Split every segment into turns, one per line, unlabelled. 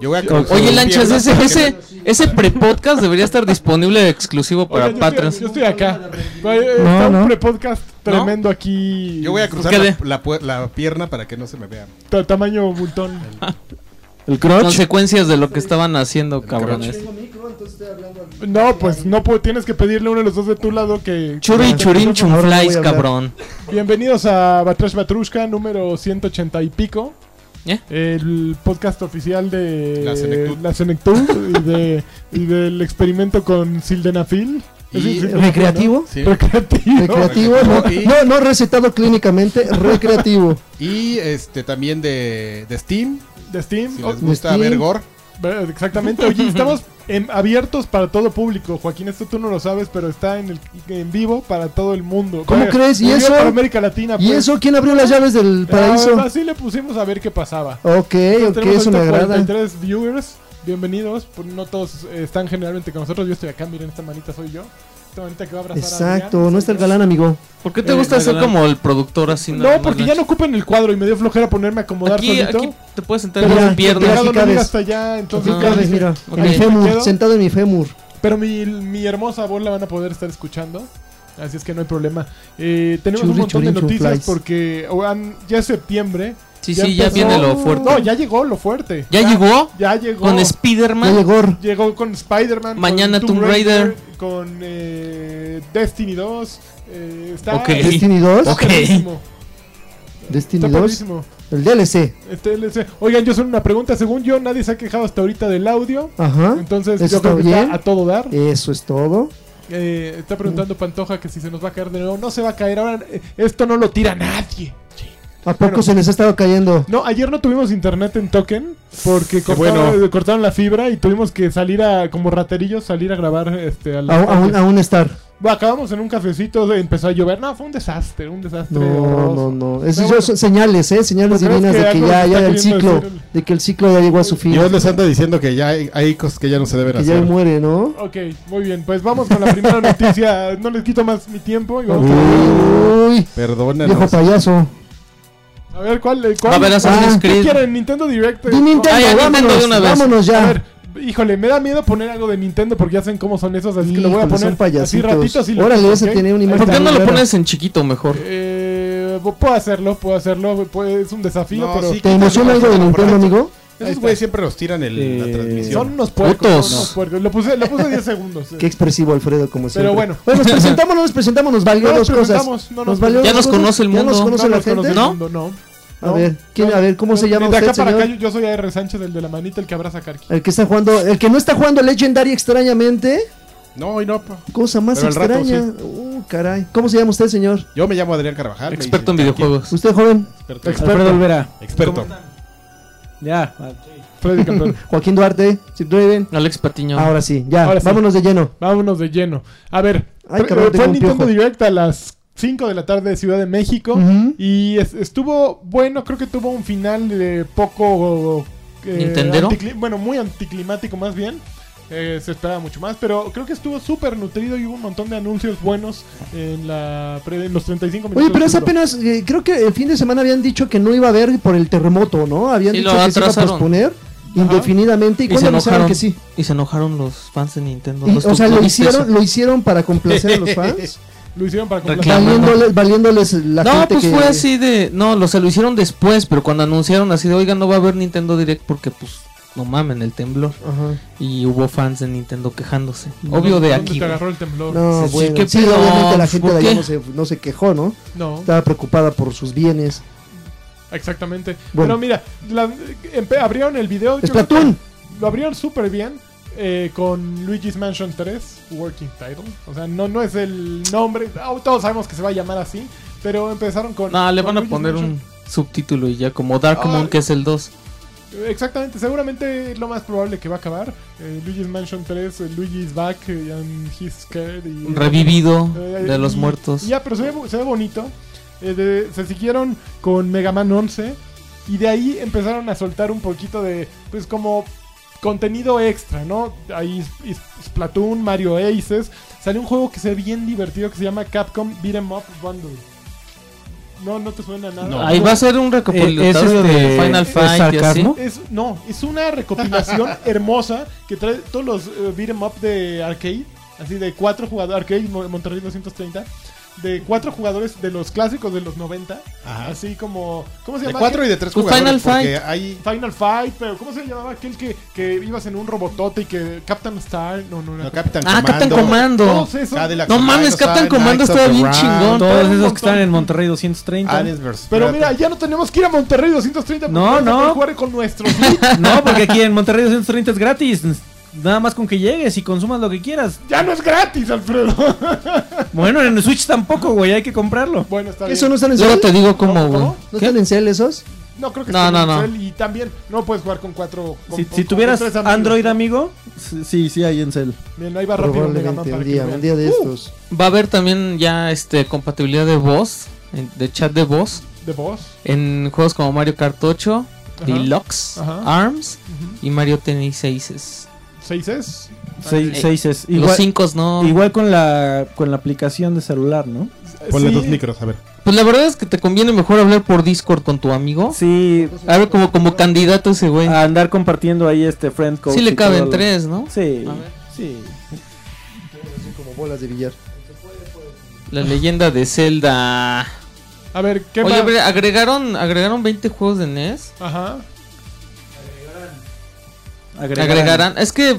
Yo voy a cruzar
Oye,
mis
Lanchas,
piernas
ese,
para que
ese, ese pre-podcast debería estar disponible exclusivo para
Oigan, yo estoy-
Patreons.
Yo estoy acá. Ay, eh,
No,
Está
no.
un pre-podcast tremendo aquí.
me- Yo voy a cruzar
¿Qué
la,
de?
la pue- la pierna para que no se me vean.
Ta- Tamaño bultón.
El crotch.
Consecuencias de lo que estaban haciendo, cabrones.
Tengo micro, entonces estoy hablando aquí.
No, pues no puedo, tienes que pedirle a uno de los dos de tu lado que.
Churri, churín, chumflies,
hablar.
cabrón.
Bienvenidos a Batrash Batrushka número 180 y pico.
¿Eh?
El podcast oficial de
La Senectud.
la Senectud y, de, y del experimento con Sildenafil. Es
Y-
un sildenafil, ¿no?
Recreativo.
Sí.
Recreativo.
Recreativo, no,
Y-
no, no recetado clínicamente, recreativo.
Y este también de, de Steam.
De Steam.
Si
Oh,
les gusta
Steam.
ver gore.
Ve- Eh, Exactamente, oye, estamos em, abiertos para todo público. Joaquín, esto tú no lo sabes, pero está en, el, en vivo para todo el mundo.
¿Cómo crees? ¿Y
muy bien
eso?
para América Latina.
¿Y
pues.
eso quién abrió las llaves del
Ah,
paraíso?
así le pusimos a ver qué pasaba.
Ok, ok,
Entonces, tenemos
eso me
ahorita
agrada.
43 viewers, bienvenidos. Pues, No todos eh, están generalmente con nosotros. Yo estoy acá, miren, esta manita soy yo. Esta manita que va a abrazar a
Exacto,
Adrián,
no
soy
está el
yo.
galán, amigo.
¿Por qué te
Eh,
gusta
no,
ser
no, no.
como el productor así? nada
No,
más,
porque ya
Lanchas?
no ocupa en el cuadro y me dio flojera ponerme a acomodar
Aquí,
solito.
aquí te puedes sentar en
Mira,
las
mira,
piernas.
Pegado no
cabes.
llega hasta allá, entonces
Ajá.
ya
Cabe,
dije,
mira, en mi
ahí me quedo.
fémur, sentado en mi fémur.
Pero mi, mi hermosa voz la van a poder estar escuchando. Así es que no hay problema. Eh, tenemos un
Churri,
montón de
churín,
noticias
chuflies.
porque o, han- ya es septiembre.
Sí, sí, ya
empezó-
viene lo fuerte.
No, ya llegó lo fuerte.
¿Ya llegó?
Ya llegó.
Con
Ya
Spider-Man.
llegó.
llegó con Spider-Man.
Mañana
con
Tomb Raider.
Con eh, Destiny 2. eh, está
Ok.
está
Destiny 2.
Ok.
padrísimo,
Destiny
Está
2.
padrísimo.
El DLC.
Este, les- eh, oigan, yo solo una pregunta. Según yo, nadie se ha quejado hasta ahorita del audio.
Ajá.
Entonces,
¿Eso
yo creo que
está
está
bien?
a todo dar.
Eso es todo.
Eh, está preguntando Pantoja que si se nos va a caer de nuevo. No se va a caer. Ahora, eh, esto no lo tira nadie.
¿A poco
Bueno.
se les ha estado cayendo?
No, ayer no tuvimos internet en Token porque
Qué
cortaron,
bueno.
eh, cortaron la fibra y tuvimos que salir a, como raterillos, salir a grabar. Este, a la-
A, a un, a un Star.
Bueno, acabamos en un cafecito, eh, empezó a llover. No, fue un desastre, un desastre.
No,
horroroso.
no, no. Esas
Pero
son señales, ¿eh? Señales
Pues creo
divinas
que
de que
algo
ya,
nos está
ya el
queriendo
ciclo.
decir el-
De que el ciclo ya llegó a su fin.
Dios les anda diciendo que ya hay, hay cosas que ya no se deben
Que ya
hacer.
muere, ¿no?
Ok, muy bien. Pues vamos con la primera noticia. No les quito más mi tiempo. y vamos
Uy, viejo
Perdónanos.
payaso.
a... a ver, ¿cuál? eh, cuál?
Va a haber Assassin's
Ah,
¿Qué
Creed.
quieren? ¿Nintendo Direct?
Uh.
eh,
Di Nintendo,
Ah, ya,
vámonos,
Nintendo de una vez.
vámonos
A
ya.
ver, híjole, me da miedo poner algo de Nintendo porque ya saben cómo son esos, así que lo voy a
Híjole, son
poner así
payasitos.
ratito. Así lo
Órale,
quito,
ese
¿ok?
tiene una
Ahí
imagen.
está.
¿Por qué no lo
Claro.
pones en chiquito mejor?
Eh, bo- puedo hacerlo, puedo hacerlo, puede- es un desafío,
No,
pero
sí,
¿Te emociona algo de Nintendo, amigo?
Esos güeyes siempre los tiran en
Eh,
la transmisión.
son unos puercos.
Putos.
son unos puercos. Lo puse, lo puse 10 segundos. eh.
Qué expresivo, Alfredo, como siempre.
bueno.
nos presentamos, no nos presentamos, nos valió
No nos
dos cosas.
presentamos, no nos
Nos valió
presentamos.
Ya
dos
nos
cosas,
conoce el
ya
mundo.
nos conoce
No
la
nos conoce
gente.
el
¿No?
mundo, no.
A ver, ¿quién, a ver, ¿cómo se llama
De acá
usted,
para
señor?
acá yo, yo soy AR Sánchez, el de la manita, el que abraza a Karki.
El que está jugando, el que no está jugando Legendary extrañamente,
No, y no. pa.
cosa más
Pero al rato,
extraña. Uh, caray. ¿Cómo se llama usted, señor?
Yo me llamo Adrián Carvajal. me
Experto en
dicen
videojuegos.
Usted joven,
Karki, Experto.
Alfredo Olvera.
Experto.
Ya.
Freddy Campeón.
Joaquín Duarte, Sir Draven.
Alex Patiño.
Ahora sí, ya,
Ahora sí.
vámonos de lleno.
Vámonos de lleno. A ver,
Ay,
eh,
cabrón,
fue
tengo un
Nintendo
piojo.
Direct a las 5 de la tarde de Ciudad de México.
Ujú.
Y es- estuvo bueno, creo que tuvo un final de poco. eh,
¿Nintendero?
anticli- Bueno, muy anticlimático más bien. Eh, se esperaba mucho más, pero creo que estuvo súper nutrido y hubo un montón de anuncios buenos en, la pre- en los 35 minutos.
Oye, pero es
que duró.
apenas, eh, creo que el fin de semana habían dicho que no iba a haber por el terremoto, ¿no? Habían
Sí,
dicho
lo
que se iba a
atrasaron.
posponer indefinidamente. ¿Y,
Y se
cuándo avisaron
enojaron.
que sí?
Y se enojaron los fans de Nintendo.
Y,
¿No
o sea, lo
estuviste
hicieron,
eso?
lo hicieron para complacer a los fans,
Lo hicieron para complacer.
Reclamando.
valiéndoles, valiéndoles la
No,
gente
pues
que-
fue así de. No, lo, se lo hicieron después, pero cuando anunciaron así de, oigan, no va a haber Nintendo Direct porque, pues, no mamen, el temblor.
Ajá.
Y hubo fans de Nintendo quejándose. Obvio de
¿Dónde
aquí.
te
güey.
agarró el temblor?
No,
Sí,
bueno,
¿qué
sí,
pedo? pues,
obviamente la gente de
¿Por
allá
qué?
no se, no se quejó, ¿no?
No.
Estaba preocupada por sus bienes.
Exactamente.
Bueno.
Pero mira, la- empe- abrieron el video. yo creo
¡Splatoon!
que Lo abrieron súper bien eh, con Luigi's Mansion 3, Working Title. O sea, no, no es el nombre. ah, Todos sabemos que se va a llamar así. Pero empezaron con.
No, le
con
van a
Luigi's
poner
Mansion.
un subtítulo y ya, como Dark Moon, que es el 2.
Exactamente, seguramente es lo más probable que va a acabar. eh, Luigi's Mansion 3, eh, Luigi's Back, eh, and He's Scared. Y,
Revivido
Eh,
de los
y-
muertos.
Ya, pero se ve, bu- se ve bonito. Eh, de- se siguieron con Mega Man 11. Y de ahí empezaron a soltar un poquito de, pues como contenido extra, ¿no? Ahí S- S- Splatoon, Mario Aces. Salió un juego que se ve bien divertido que se llama Capcom Beat 'em Up Bundle. No, no te suena nada.
No.
Ahí va a ser un recopilatorio
Eh, es
de
este-
Final
¿es
Fight y así.
sarcasmo?
Es, no, es una recopilación hermosa que trae todos los eh, beat 'em up de arcade, así de cuatro jugadores, arcade Mo- Monterrey 230, de cuatro jugadores de los clásicos de los 90,
Ajá.
así como, ¿cómo se
De
llama?
4 y de 3
Pues
jugadores.
Final
porque
Fight.
hay
Final Fight, pero ¿cómo se llamaba aquel que, que ibas en un robotote y que Captain Star? No, no, era
no, Captain
Ah, Captain Commando.
Todos esos.
Cadillac
No
Commando,
mames, Captain
Knights
Commando
of
estaba
the
bien
Round,
chingón.
Todos
un
esos
montón.
que están en Monterrey 230.
Aliens vs.
Pero
Predator.
mira, ya no tenemos que ir a Monterrey 230 porque
No,
vamos a
no.
poder jugar con nuestros beat.
No, porque aquí en Monterrey 230 es gratis. Nada más con que llegues y consumas lo que quieras.
Ya no es gratis, Alfredo.
Bueno, en el Switch tampoco, güey, hay que comprarlo.
bueno, está bien.
¿Eso no están en
Luego
cel?
te digo cómo,
¿Cómo?
güey.
¿Cómo?
¿No están en cel esos?
No, creo que
No,
sí,
no, no.
Excel, Y también no puedes jugar con cuatro. con-
Si,
con-
si
con
tuvieras
tres amigos.
Android amigo, Ah, sí, sí, sí hay en Cell.
Bien, ahí va rápido Mega Man
Probablemente
para
un
que
día,
vean. Uh.
un día de estos.
Va a haber también ya este compatibilidad de voz, en- de chat de voz,
Uh, de voz.
en juegos como Mario Kart 8,
Ajá.
Deluxe,
Ajá.
ARMS y Mario Tennis 6.
Seis es.
Seis,
eh,
seis es.
Los
Igual,
5 no.
igual con la con la aplicación de celular, ¿no?
Ponle
Sí,
dos micros, a ver.
Pues la verdad es que te conviene mejor hablar por Discord con tu amigo.
Sí,
A ver, como, como candidato ese güey.
a andar compartiendo ahí este friend code.
sí
y
le caben
todo lo-
tres, ¿no?
Sí,
A ver.
sí.
Son como bolas de billar.
La leyenda de Zelda.
A ver, ¿qué
Oye,
más?
a ver, agregaron, agregaron 20 juegos de E NES.
Ajá.
Agregarán.
Agregarán. Es que,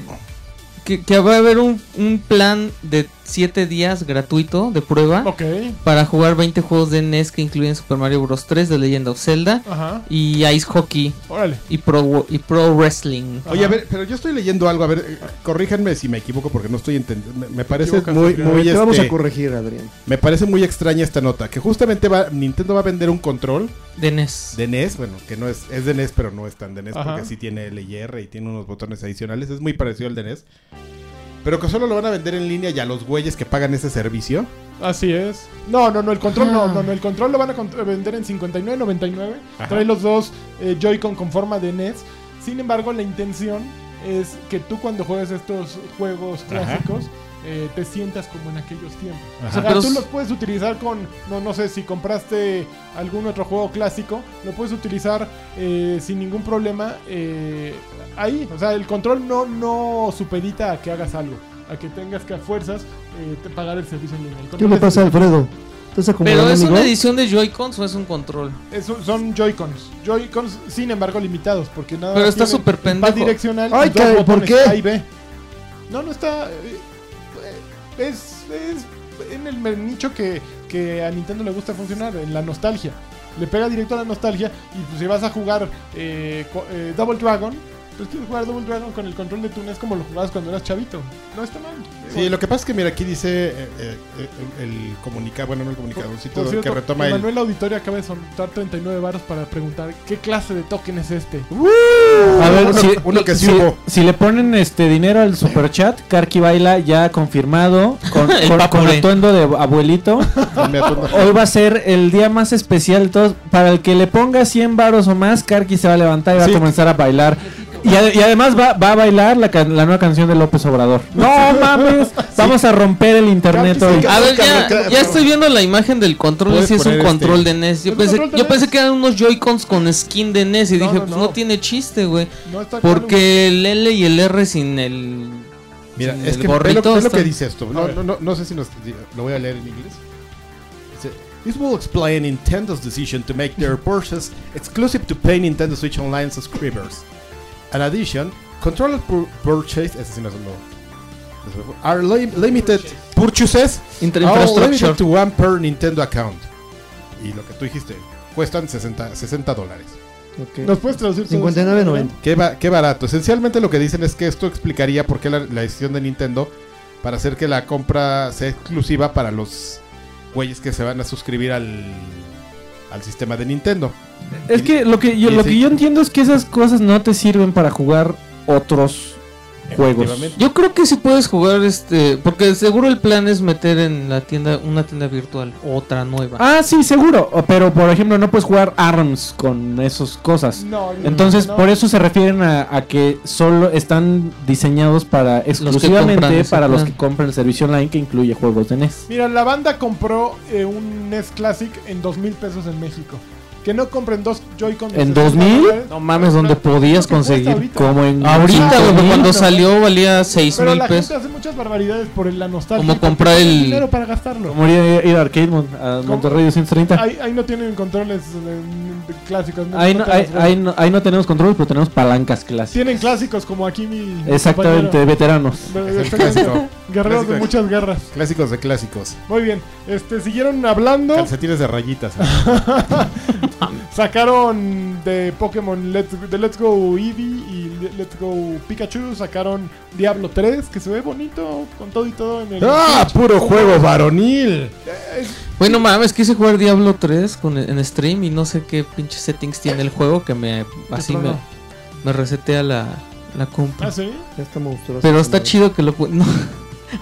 que, que va a haber un, un plan de 7 días gratuito de prueba
Ok.
para jugar 20 juegos de NES que incluyen Super Mario Bros. 3, The Legend of Zelda
Ajá.
y Ice Hockey
Órale.
y Pro, Wo- y pro Wrestling.
Ajá.
Oye, a ver, pero yo estoy leyendo algo, a ver, eh, corríjanme si me equivoco porque no estoy entendiendo. Me, me parece
equivocas,
muy,
Adrián.
muy,
Te vamos
este,
a corregir, Adrián.
me parece muy extraña esta nota, que justamente va, Nintendo va a vender un control
De E NES.
de NES, bueno, que no es, es de NES, pero no es tan de NES,
Ajá.
porque sí tiene LIR y tiene unos botones adicionales, es muy parecido al de NES, pero que solo lo van a vender en línea y a los güeyes que pagan ese servicio.
Así es. No, no, no. El control no, no, no. El control lo van a cont- vender en 59.99.
Ajá.
Trae los dos eh, Joy-Con con forma de NES. Sin embargo, la intención es que tú cuando juegues estos juegos clásicos eh, te sientas como en aquellos tiempos. O sea,
Pero
tú
s-
los puedes utilizar con, no, no sé, si compraste algún otro juego clásico, lo puedes utilizar eh, sin ningún problema eh, ahí. O sea, el control no, no supedita a que hagas algo, a que tengas que a fuerzas eh, te- pagar el servicio en línea. El
¿Qué
control
le
es-
pasa a Alfredo? ¿Estás acomodando,
Pero es
amigo?
una edición de Joy-Cons o es un control.
es- son Joy-Cons. Joy-Cons, sin embargo, limitados, porque nada
Pero
más
está
tienen
súper pendejo.
pad direccional y
Ay,
dos
caray, ¿por
botones
qué?
A y B. No, no está... eh, eh, es, es en el nicho que, que a Nintendo le gusta funcionar, en la nostalgia. Le pega directo a la nostalgia y pues, si vas a jugar eh, co- eh, Double Dragon, pues quieres jugar Double Dragon con el control de tu NES como lo jugabas cuando eras chavito. No está mal.
Sí, lo que pasa es que mira, aquí dice eh, eh, eh, el comunicado, bueno, no el comunicadorcito que retoma el...
Manuel Auditorio acaba de soltar 39 baros para preguntar qué clase de token es este.
A ver,
uno,
si,
uno que sí
si-
hubo.
si le ponen este dinero al super chat, Karki Baila ya confirmado con,
El
con-
papure.
con atuendo de abuelito.
Me atuendo.
Hoy va a ser el día más especial de todos. Para el que le ponga 100 varos o más, Karki se va a levantar y va
Sí.
a comenzar a bailar. Y, ade- y además va, va a bailar la, can- la nueva canción de López Obrador. No mames, vamos a romper el internet
Karki se
hoy.
ca-
A ver,
cabrón,
ya,
cabrón.
ya estoy viendo la imagen del control.
Puedes
Si es un
poner
control
este-
de NES.
Es
Yo
un
pensé,
control de
yo pensé
NES.
que eran unos Joy-Cons con skin de NES. Y
No,
dije,
no,
pues
no.
no tiene chiste, güey.
No está claro.
Porque el L y el R sin el.
Mira,
sin
es
el
que ve
gorrito
lo, ve lo que
está-
dice esto.
A
No,
ver.
no, no, no sé si nos, lo voy a leer en inglés. Dice, This will explain Nintendo's decision to make their purchase exclusive to pay Nintendo Switch Online subscribers. In addition, controller pur- purchase, ese sí no es un logo. are li- limited purchases
Ah,
Inter-
are
infrastructure.
limited to one per Nintendo account. Y lo que tú dijiste, cuestan 60, 60 dólares.
Ok.
¿Nos puedes traducir todo eso?
59.90.
Qué, ba- qué barato. Esencialmente lo que dicen es que esto explicaría por qué la, la decisión de Nintendo para hacer que la compra sea exclusiva para los güeyes que se van a suscribir al, al sistema de Nintendo.
Es que lo que yo,
Y
lo
sí.
que yo entiendo es que esas cosas no te sirven para jugar otros juegos.
Efectivamente.
Yo creo que si puedes jugar este, porque seguro el plan es meter en la tienda una tienda virtual, otra nueva.
Ah, sí, seguro. o- Pero, por ejemplo, no puedes jugar ARMS con esas cosas.
No, no,
Entonces,
Mm, no.
por eso se refieren a, a que solo están diseñados para
compran
exclusivamente
ese
para los
plan.
que compran el servicio online que incluye juegos de E NES.
Mira, la banda compró eh, un NES Classic en dos mil pesos en México. Que no compren dos Joy-Con. de
¿En
60
2000?
dólares.
No mames, donde
Es una-
podías
lo que cuesta
conseguir
ahorita.
como en.
Ahorita, güey,
5,000.
cuando salió valía 6
Pero
mil
la
pesos.
gente hace muchas barbaridades por el- la nostalgia.
Como
y porque
comprar
no
el-
tiene dinero para gastarlo.
Como ir, a- ir a Arcade Mon- a Monterrey 230.
Ahí, ahí no tienen controles eh, clásicos. no-
Ahí
no
no,
te
ahí-
los juegan.
ahí no- ahí no tenemos control, pero tenemos palancas clásicas.
Tienen clásicos como aquí mi.
Exactamente,
compañero.
veteranos.
Es el
Exactamente.
clásico.
Guerreros
Clásico
de
de-
muchas guerras.
Clásicos de clásicos.
Muy bien. Este, siguieron hablando.
Calcetines de rayitas.
Sacaron de Pokémon Let's, de Let's Go Eevee y Le- Let's Go Pikachu. Sacaron Diablo 3, que se ve bonito con todo y todo en el.
¡Ah! ¡Puro juego varonil!
Bueno, mames, quise jugar Diablo 3 con, en stream y no sé qué pinches settings tiene el juego que me así me,
tronó.
me resetea la, la compu.
Ah, sí. pues,
Ya está monstruoso.
Pero está chido que lo pu- no.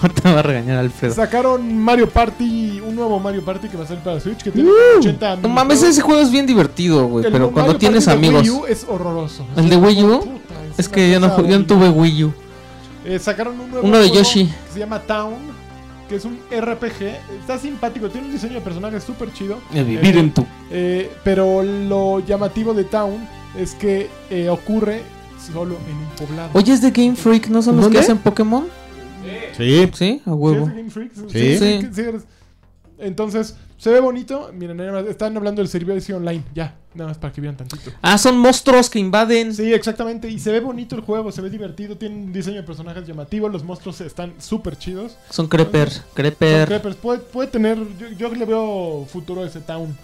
Ahorita va a regañar Alfredo.
Sacaron Mario Party, un nuevo Mario Party que va a salir para Switch, que tiene 80
¡Uh! No mames, ese juego es bien divertido, güey,
El
pero
Mario
cuando
Party
tienes
de
amigos.
Wii U es horroroso.
¿El de Wii U?
Puta,
Es
una
que yo no,
cosa
ju- yo no tuve Wii U.
Eh, sacaron un nuevo
Uno de
juego
Yoshi.
que se llama Town, que es un RPG. Está simpático, tiene un diseño de personaje súper chido. vivir en
tu.
Eh, pero lo llamativo de Town es que eh, ocurre solo en un poblado.
Oye, es de Game Freak, ¿no son los
¿Dónde?
que hacen Pokémon?
Sí.
Sí, a
¿Sí es de
huevo.
Game Freak? Sí,
Sí.
Sí.
sí eres. Entonces, se ve bonito. Miren, nada más, están hablando del servicio online. Ya, nada más para que vieran tantito.
Ah, son monstruos que invaden.
Sí, exactamente. Y se ve bonito el juego, se ve divertido. Tiene un diseño de personajes llamativo. Los monstruos están súper chidos.
Son creeper,
Son
creeper.
creepers. Puede, puede tener. Yo, yo le veo futuro a ese town.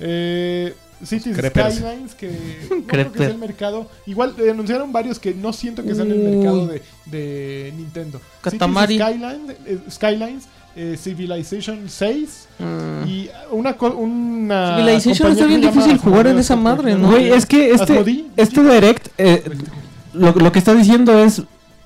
Eh, Cities
Creepers.
Skylines, que no creo que
Creeper.
sea el mercado. Igual eh, anunciaron varios que no siento que sean el mercado
Uy.
de, de Nintendo.
Katamari.
Cities Skylines, eh, Skylines, eh, Civilization 6.
Mm.
Y una. co- una
Civilization
compañía
está
que
bien
se llama
difícil jugar en
Asmodeus
esa madre,
Corporation.
¿no?
Güey, es que este,
Asmodee,
este Direct, eh, lo, lo que está diciendo es,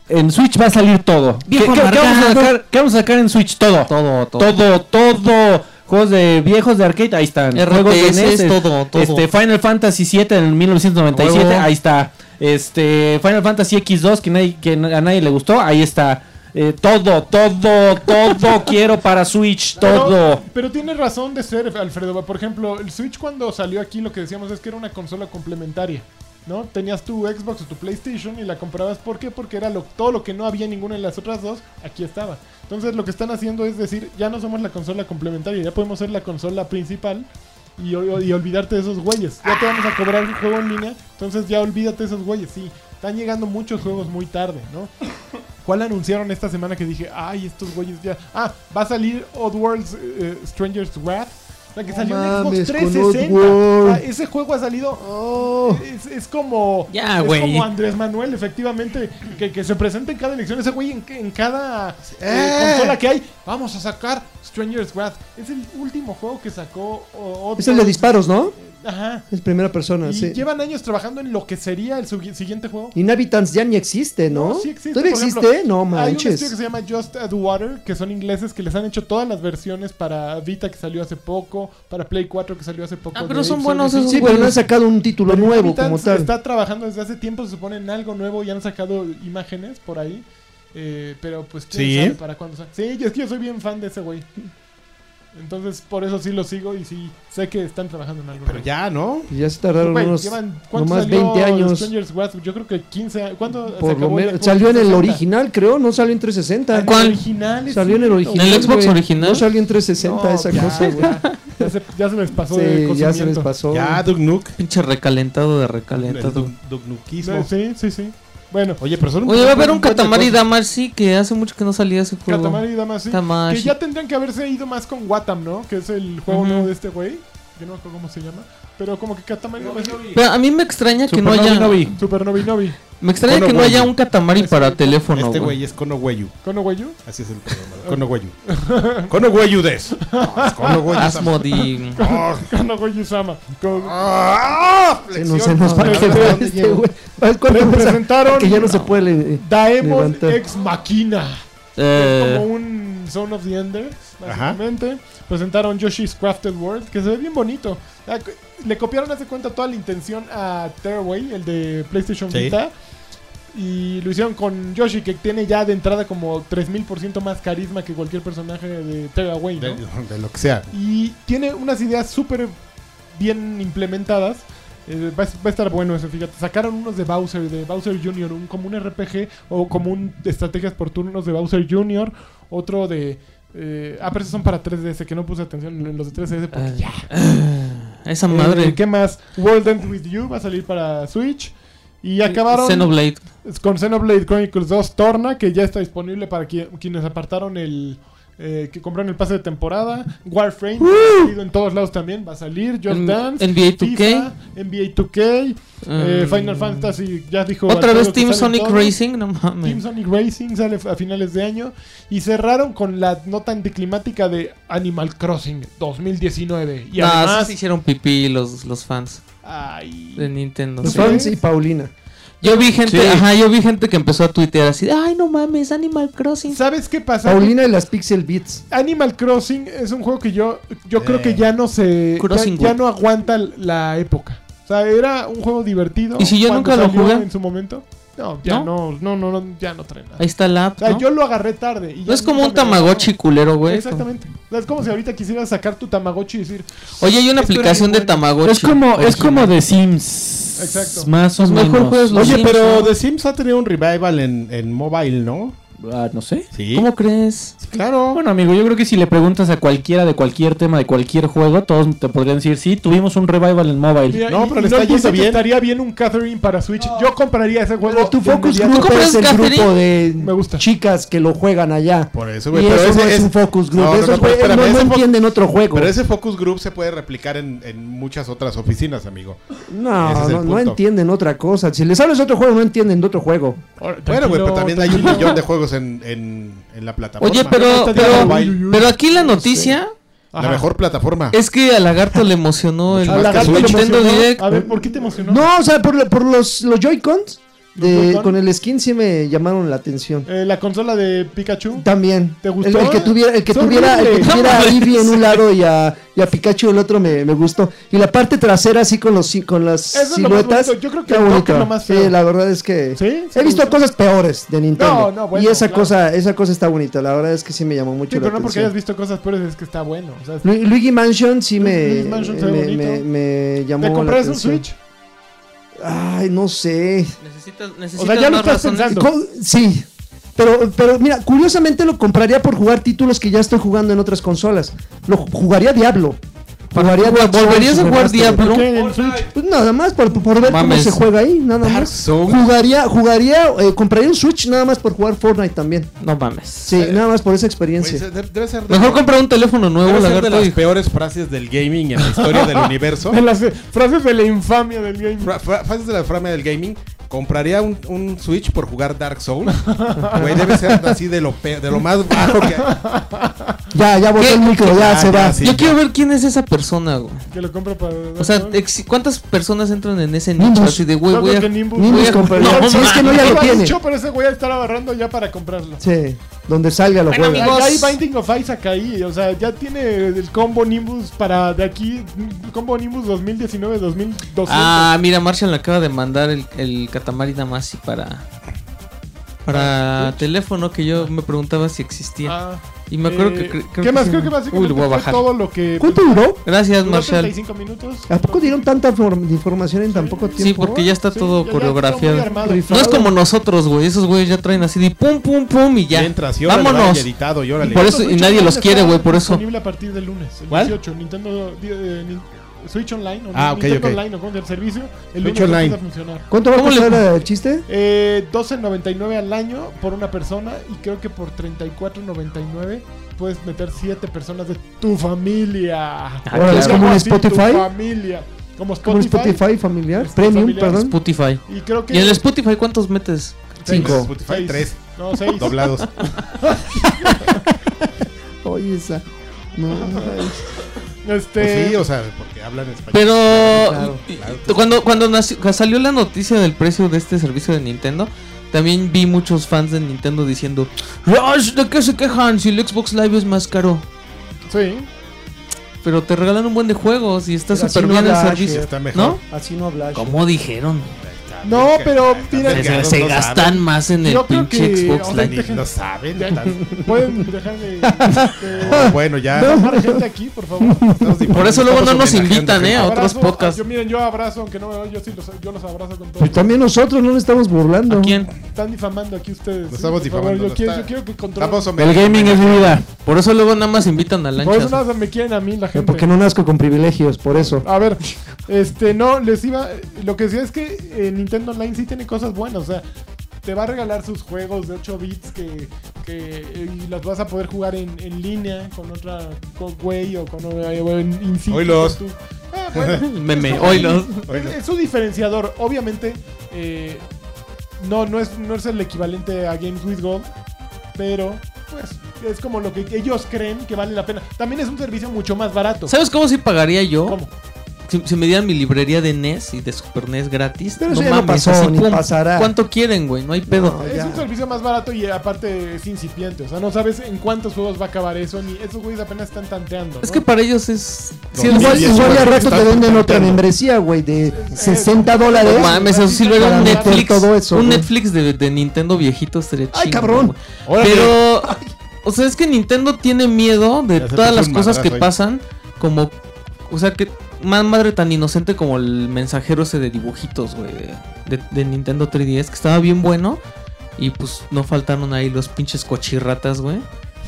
en Switch va a salir todo. ¿Qué,
Viejo
qué- qué vamos a
amargado.
sacar, qué vamos a sacar en Switch? Todo.
Todo, todo.
Todo, todo. Juegos de viejos de arcade, ahí están. Juegos de
RTS,
NES,
todo, todo.
Este, Final Fantasy VII en 1997,
Huevo.
ahí está. Este, Final Fantasy X2 que, nadie- que a nadie le gustó, ahí está. Eh, todo, todo, todo quiero para Switch,
Pero-
todo.
Pero tiene razón de ser, Alfredo. Por ejemplo, el Switch cuando salió aquí lo que decíamos es que era una consola complementaria. ¿No? Tenías tu Xbox o tu PlayStation y la comprabas. ¿Por qué? Porque era lo, todo lo que no había en ninguna de las otras dos, aquí estaba. Entonces lo que están haciendo es decir, ya no somos la consola complementaria, ya podemos ser la consola principal y, ol- y olvidarte de esos güeyes. Ya te vamos a cobrar un juego en línea, entonces ya olvídate de esos güeyes. Sí, están llegando muchos juegos muy tarde, ¿no? ¿Cuál anunciaron esta semana que dije, ay, estos güeyes ya. Ah, va a salir Oddworld's eh, Stranger's Wrath. La que
No
salió en
mames,
Xbox
con
360.
Oddworld.
O sea, ese juego ha salido. oh,
Oh.
Es, es como.
Ya,
es
güey.
como Andrés Manuel, efectivamente. Que, que se presenta en cada elección. Ese güey en, en cada eh,
Eh.
consola que hay. Vamos a sacar Stranger's Wrath. Es el último juego que sacó o-
Es el de
Oddworld.
disparos, ¿no?
Ajá.
Es primera persona,
Y
Ah, sí.
llevan años trabajando en lo que sería el sugi- siguiente juego.
Inhabitants ya ni existe, ¿no?
Sí existe,
¿Todavía
por
existe?
ejemplo,
no
Hay un estudio que
manches.
se llama Just Add Water, que son ingleses que les han hecho todas las versiones para Vita que salió hace poco, para Play 4 que salió hace poco.
Ah,
de
pero son
Apes,
buenos
algo así.
esos
Sí, pero no han sacado un título
Pero
nuevo
Inhabitants
como tal.
Está trabajando desde hace tiempo, se supone en algo nuevo y han sacado imágenes por ahí. eh, pero pues quién
Sí.
sabe para cuándo. sa- Sí, es que yo soy bien fan de ese güey. Entonces por eso sí lo sigo y sí sé que están trabajando en algo.
Pero
nuevo.
ya, ¿no?
Ya se tardaron
Güey,
unos
llevan ¿cuánto
nomás
salió
20 años.
Stranger's Wrath? Yo creo que 15 años. ¿Cuánto se
Por lo
acabó el
menos.
Xbox
Salió en el
360?
original, creo, no salió en
Ah,
360.
en
¿Cuál?
el original, es
Salió en el
cierto.
original.
¿En el Xbox
güey.
original?
No salió en 360
No,
esa
ya,
cosa, güey.
ya, ya se, ya se les pasó de
Sí, ya se les
consumimiento.
pasó.
Ya, Duke Nuke.
Pinche recalentado de
El
recalentado.
Duke- Duke Nukeismo.
No, sí, sí, sí. Bueno,
Oye, pero son un-
Oye, va a haber un
buen de
Katamari
cosas.
Damacy que hace mucho que no salía ese juego.
Katamari Damacy.
Damacy.
Que ya tendrían que haberse ido más con Watam, ¿no? Que es el juego
Ujú.
nuevo de este güey. Yo no me acuerdo cómo se llama. Pero como que Katamari Damacy.
Pero a mí me extraña que no
Supernovi
haya.
Novi.
Super Novi Novi.
Me extraña
Kono
que no
Boyu.
haya un catamari para teléfono,
Este
güey.
güey es Kono Weyu.
¿Cono Güeyu?
Así es el programa. Kono Weyu. Kono Weyu des. No, es Kono Weyu.
Asmodi.
Ah,
Cono Güeyu Sama. Con-
ah,
Se nos, se nos va a
flexión.
quebrar
¿Dónde
este
llego?
güey. ¿Cuál- cuál
Pre-
cosa?
presentaron-
Porque ya no se puede. eh,
Daemon
Levanta.
Ex Machina.
Eh,
Este, Como un Zone of the Ender,
Ajá.
básicamente. Presentaron Yoshi's Crafted World, que se ve bien bonito. Ah, cu- Le copiaron, hace cuenta, toda la intención a Tearaway, el de PlayStation
Sí.
Vita. Y lo hicieron con Yoshi, que tiene ya de entrada como 3000% más carisma que cualquier personaje de Tearaway. ¿no?
De, de lo que sea.
Y tiene unas ideas súper bien implementadas. Eh, va, a, va a estar bueno eso, fíjate. Sacaron unos de Bowser, de Bowser Jr., un, como un RPG o como un de estrategias por turnos de Bowser Jr., otro de... eh, ah, pero esos son para 3DS, que no puse atención en los de 3DS porque
Ah,
ya.
esa
Eh,
madre.
¿Qué más? World End With You va a salir para Switch. Y acabaron
Xenoblade.
con Xenoblade Chronicles 2 Torna, que ya está disponible para qui- quienes apartaron el. eh, que compraron el pase de temporada. Warframe, que ha salido en todos lados también, va a salir. Just
En-
Dance,
NBA 2K.
FIFA, NBA 2K, eh,
Mm.
Final Fantasy, ya dijo.
Otra
Alfredo
vez
que
Team
salen
Sonic
todos.
Racing, no mames.
Team Sonic Racing sale a finales de año. Y cerraron con la nota anticlimática de Animal Crossing 2019. Y
Nah, Ah, sí
además.
se hicieron pipí los, los fans
Ay.
de Nintendo.
Los
sí.
fans y Paulina.
Yo vi gente,
Sí.
ajá, yo vi gente que empezó a tuitear así, de, ay no mames, Animal Crossing.
¿Sabes qué pasa?
Paulina y las Pixel Beats.
Animal Crossing es un juego que yo, yo
Eh.
creo que ya no se. Ya,
Crossing
ya
World.
no aguanta la época. O sea, era un juego divertido.
¿Y si yo
cuando
nunca lo
salió
jugué?
En su momento. No, ya no, no, no, no, ya no trae nada.
Ahí está la app,
O sea,
¿no?
yo lo agarré tarde. y ya
No es como
nunca
un
me
Tamagotchi culero,
gustó.
güey.
Exactamente. O sea, es como si ahorita quisieras sacar tu Tamagotchi y decir.
Oye, hay una
Esto era
aplicación
muy
de
bueno.
Tamagotchi.
Es como, es
original.
como The Sims.
Exacto.
Más o
Los mejor
menos.
juegos los
Oye,
Sims,
pero
¿no?
The Sims ha tenido un revival en, en mobile, ¿no?
Ah, no sé.
Sí.
¿Cómo crees?
Claro.
Bueno, amigo, yo creo que si le preguntas a cualquiera de cualquier tema, de cualquier juego, todos te podrían decir, sí, tuvimos un revival en mobile.
mira,
No,
y-
pero
y
le está
dice
yendo
que
bien.
Estaría bien un Catherine para Switch. Yo compraría ese juego.
Pero tu
de
focus
inmediato.
group
¿Cómo
es
crees,
el
Catherine?
grupo de
Me gusta.
chicas que lo juegan allá.
Por eso,
Y
güey.
eso
Pero
no
ese
es un focus group.
No, no,
Esos
no, pero
güeyes no,
espérame,
no
ese fo-
entienden otro juego.
Pero ese focus group se puede replicar en, en muchas otras oficinas, amigo.
No,
ese es el
no, no
punto.
entienden otra cosa. Si les hablas de otro juego, no entienden de otro juego.
Bueno,
Ahora,
güey,
tranquilo,
pero también hay un
tranquilo.
millón de juegos en, en, en la plataforma.
Oye, pero,
Este
Está
pero,
bien, uy,
pero aquí la noticia
La
Ajá.
mejor plataforma.
es que a Lagarto le emocionó el
más
Al
que
lagarto le
Switch.
Nintendo
emocionó.
Direct.
A ver, ¿por qué te emocionó?
No, o sea, por, la- por los, los Joy-Cons
¿Los
de-
Joy-Con?
con el skin sí me llamaron la atención.
Eh, la consola de Pikachu.
También.
¿Te
El-
gustó?
El, que tuviera, el que
Es
tuviera, el que
horrible.
tuviera a
No
Eevee en un lado y a, y a Pikachu el otro me, me gustó. Y la parte trasera así con los si- con las
Eso es lo más
siluetas.
bonito. Yo creo que
está
el toque
bonito.
es lo más feo.
sí, la verdad es
Sí,
que
sí
he visto
gustó.
cosas peores de Nintendo.
No, no, bueno,
y esa
claro.
cosa, esa cosa está bonita. La verdad es que sí me llamó mucho
Sí,
la
pero no porque
atención.
hayas visto cosas peores, es que está bueno. O sea, es-
Lu- Luigi Mansion sí me,
Luigi Mansion se ve
me,
bonito.
me- me llamó
¿Te
la
compras un
atención.
Switch?
Ay, no sé.
Necesitas,
O sea, ya lo
más
estás
razones.
pensando.
Co- Sí. Pero, pero mira, curiosamente lo compraría por jugar títulos que ya estoy jugando en otras consolas. Lo ju- jugaría Diablo. Jugaría Dark Souls
¿Volverías a jugar
Remastered.
Diablo?
¿Qué? ¿En Switch?
Pues nada más por, por ver
Mames.
cómo se juega ahí, nada
Dark
más.
Souls.
Jugaría, jugaría, eh, compraría un Switch nada más por jugar Fortnite también.
No mames.
Sí, nada más por
Güey,
esa experiencia.
se- de- debe ser de,
Mejor compra un teléfono nuevo,
debe ser de
Lagarto.
las
y-
peores frases del gaming en la historia del universo.
De las eh, frases de la infamia del game.
Fra- fra- Frases de la frame del gaming. Compraría un, un Switch por jugar Dark Souls. Güey, debe ser así de lo, pe- de lo más bajo que.
Ya, ya botó
¿Qué? Ah,
el micro, ya,
Ya,
se
ya,
va.
sí.
Yo quiero ver quién es esa persona, güey.
Que lo compro para.
O sea, ex- ¿cuántas personas entran en ese nicho
Nimbus.
así de, güey,
Yo
voy
creo
a...
que Nimbus-
voy
Nimbus
a-
compraría.
No,
si es que no,
mames.
ya lo tiene.
Dicho, pero ese güey va a estar abarrando ya para comprarlo.
Sí, donde salga lo
Bueno,
juega.
amigos.
Ya hay Binding of Isaac ahí, o sea, ya tiene el combo Nimbus para de aquí, combo Nimbus 2019-2200.
Ah, mira, Marshall le acaba de mandar el, el Katamari Damacy para... Para teléfono que yo me preguntaba si existía.
Ah,
Y me acuerdo que...
eh,
cre- creo
¿Qué
que
más?
sí
Creo
me-
que
Uy,
básicamente
lo voy a
fue
bajar.
todo lo que. pues,
¿Cuánto duró?
Gracias,
Duró
Marshall.
35 minutos.
¿A poco dieron tanta form- información en tan poco tiempo?
Sí, porque ya está
¿eh? Sí,
todo
ya- ya
coreografiado.
está muy armado.
no es como nosotros, güey. Esos güeyes ya traen así de pum, pum, pum y ya.
Mientras, y órale,
Vámonos.
vaya, editado, y órale.
Por eso, y nadie los quiere, güey, por eso.
Disponible a partir del lunes, el
¿Cuál?
18. Nintendo di- eh, Nin- Switch Online. O
Ah, ok,
Nintendo
ok.
Online o con el servicio. El
Switch
lunes empieza
Online.
a funcionar.
¿Cuánto va a
¿Cómo le-
costar el chiste?
Eh, 12.99 al año por una persona y creo que por 34.99 puedes meter 7 personas de tu familia.
Ah,
Ahora, ¿es como un
Así, tu
Spotify?
familia. Como
Como el
Spotify.
Spotify familiar,
Este,
premium,
familiar.
perdón.
Spotify.
Y creo que.
¿Y en el Spotify cuántos metes?
seis,
cinco.
Spotify,
seis.
tres.
No, seis.
Doblados.
Oye, esa. No, ay.
Este.
Pues sí, o sea, porque hablan español.
Pero
Claro,
y- cuando, cuando nació- cuando salió la noticia del precio de este servicio de Nintendo, también vi muchos fans de Nintendo diciendo, "Rush, ¿de qué se quejan si el Xbox Live es más caro?
sí.
Pero te regalan un buen de juegos y está
Pero así
súper
no
bien el
da
Sí,
servicio.
está mejor.
¿No?
Así no hablas.
Como dijeron,
No, pero mira-
se,
mira,
se gastan más en el
Yo creo
pinche
que-
Xbox
ahorita-
Live.
Ni lo saben.
Ya,
tan-
Pueden dejarle. este,
Oh, bueno, ya.
bajar gente aquí, por favor.
estamos
Por eso
difamando,
luego no
estamos
nos
homenajeando
invitan,
gente.
¿eh? A otros
Abrazo-
podcasts.
Yo, miren, yo abrazo, aunque no me oigan, yo sí los, yo los abrazo con todo.
Pues también nosotros no nos estamos burlando.
¿A quién?
Están difamando aquí ustedes.
Nos
¿sí?
estamos
Por favor,
difamando.
Yo,
nos
quiero,
está-
yo quiero que
estamos
controlen.
El gaming es mi vida.
Por eso luego nada más invitan a
Por eso
lanchas.
nada más me quieren a mí
Eh,
la gente.
Porque no nazco con privilegios, por eso.
Ah,
A ver, este, no, les iba. Lo que decía es que eh, Nintendo Online sí tiene cosas buenas, o sea, te va a regalar sus juegos de 8 bits que, que eh, y las vas a poder jugar en, en línea con otra, con güey o con eh, o en in situ,
Oilos.
con tu- Ah, bueno,
Meme,
eso-
oilos.
Es, es su diferenciador, obviamente. eh, no, no es, no es el equivalente a Games with Gold, pero pues es como lo que ellos creen que vale la pena. También es un servicio mucho más barato.
¿Sabes cómo si pagaría yo?
¿Cómo?
Si, si me dieran mi librería de NES y de Super NES gratis,
Pero eso ya no pasó, ni
pum,
pasará.
¿Cuánto quieren, güey? No hay pedo.
No,
Es
ya.
un servicio más barato y aparte es incipiente. O sea, no sabes en cuántos juegos va a acabar eso, ni esos güeyes apenas están tanteando. ¿no?
Es que para ellos es.
No,
sí,
no,
es-
Igual,
sí,
es-
igual
sí,
ya
sí,
rato
sí,
te
sí,
venden
sí,
otra
sí,
membresales membresía, güey, de 60 dólares.
no mames, eso sí, luego
Para
un
meter
Netflix.
todo eso,
un
güey.
Netflix de, de Nintendo viejito sería chido.
Ay, cabrón.
Pero. O sea, es que Nintendo tiene miedo de
Ya se
todas
puso
las
un
cosas que
madrazo ahí.
pasan. Como. O sea, que. Más madre tan inocente como el mensajero ese de dibujitos, güey. De, de- de Nintendo 3DS, que estaba bien bueno. Y pues no faltaron ahí los pinches cochirratas, güey.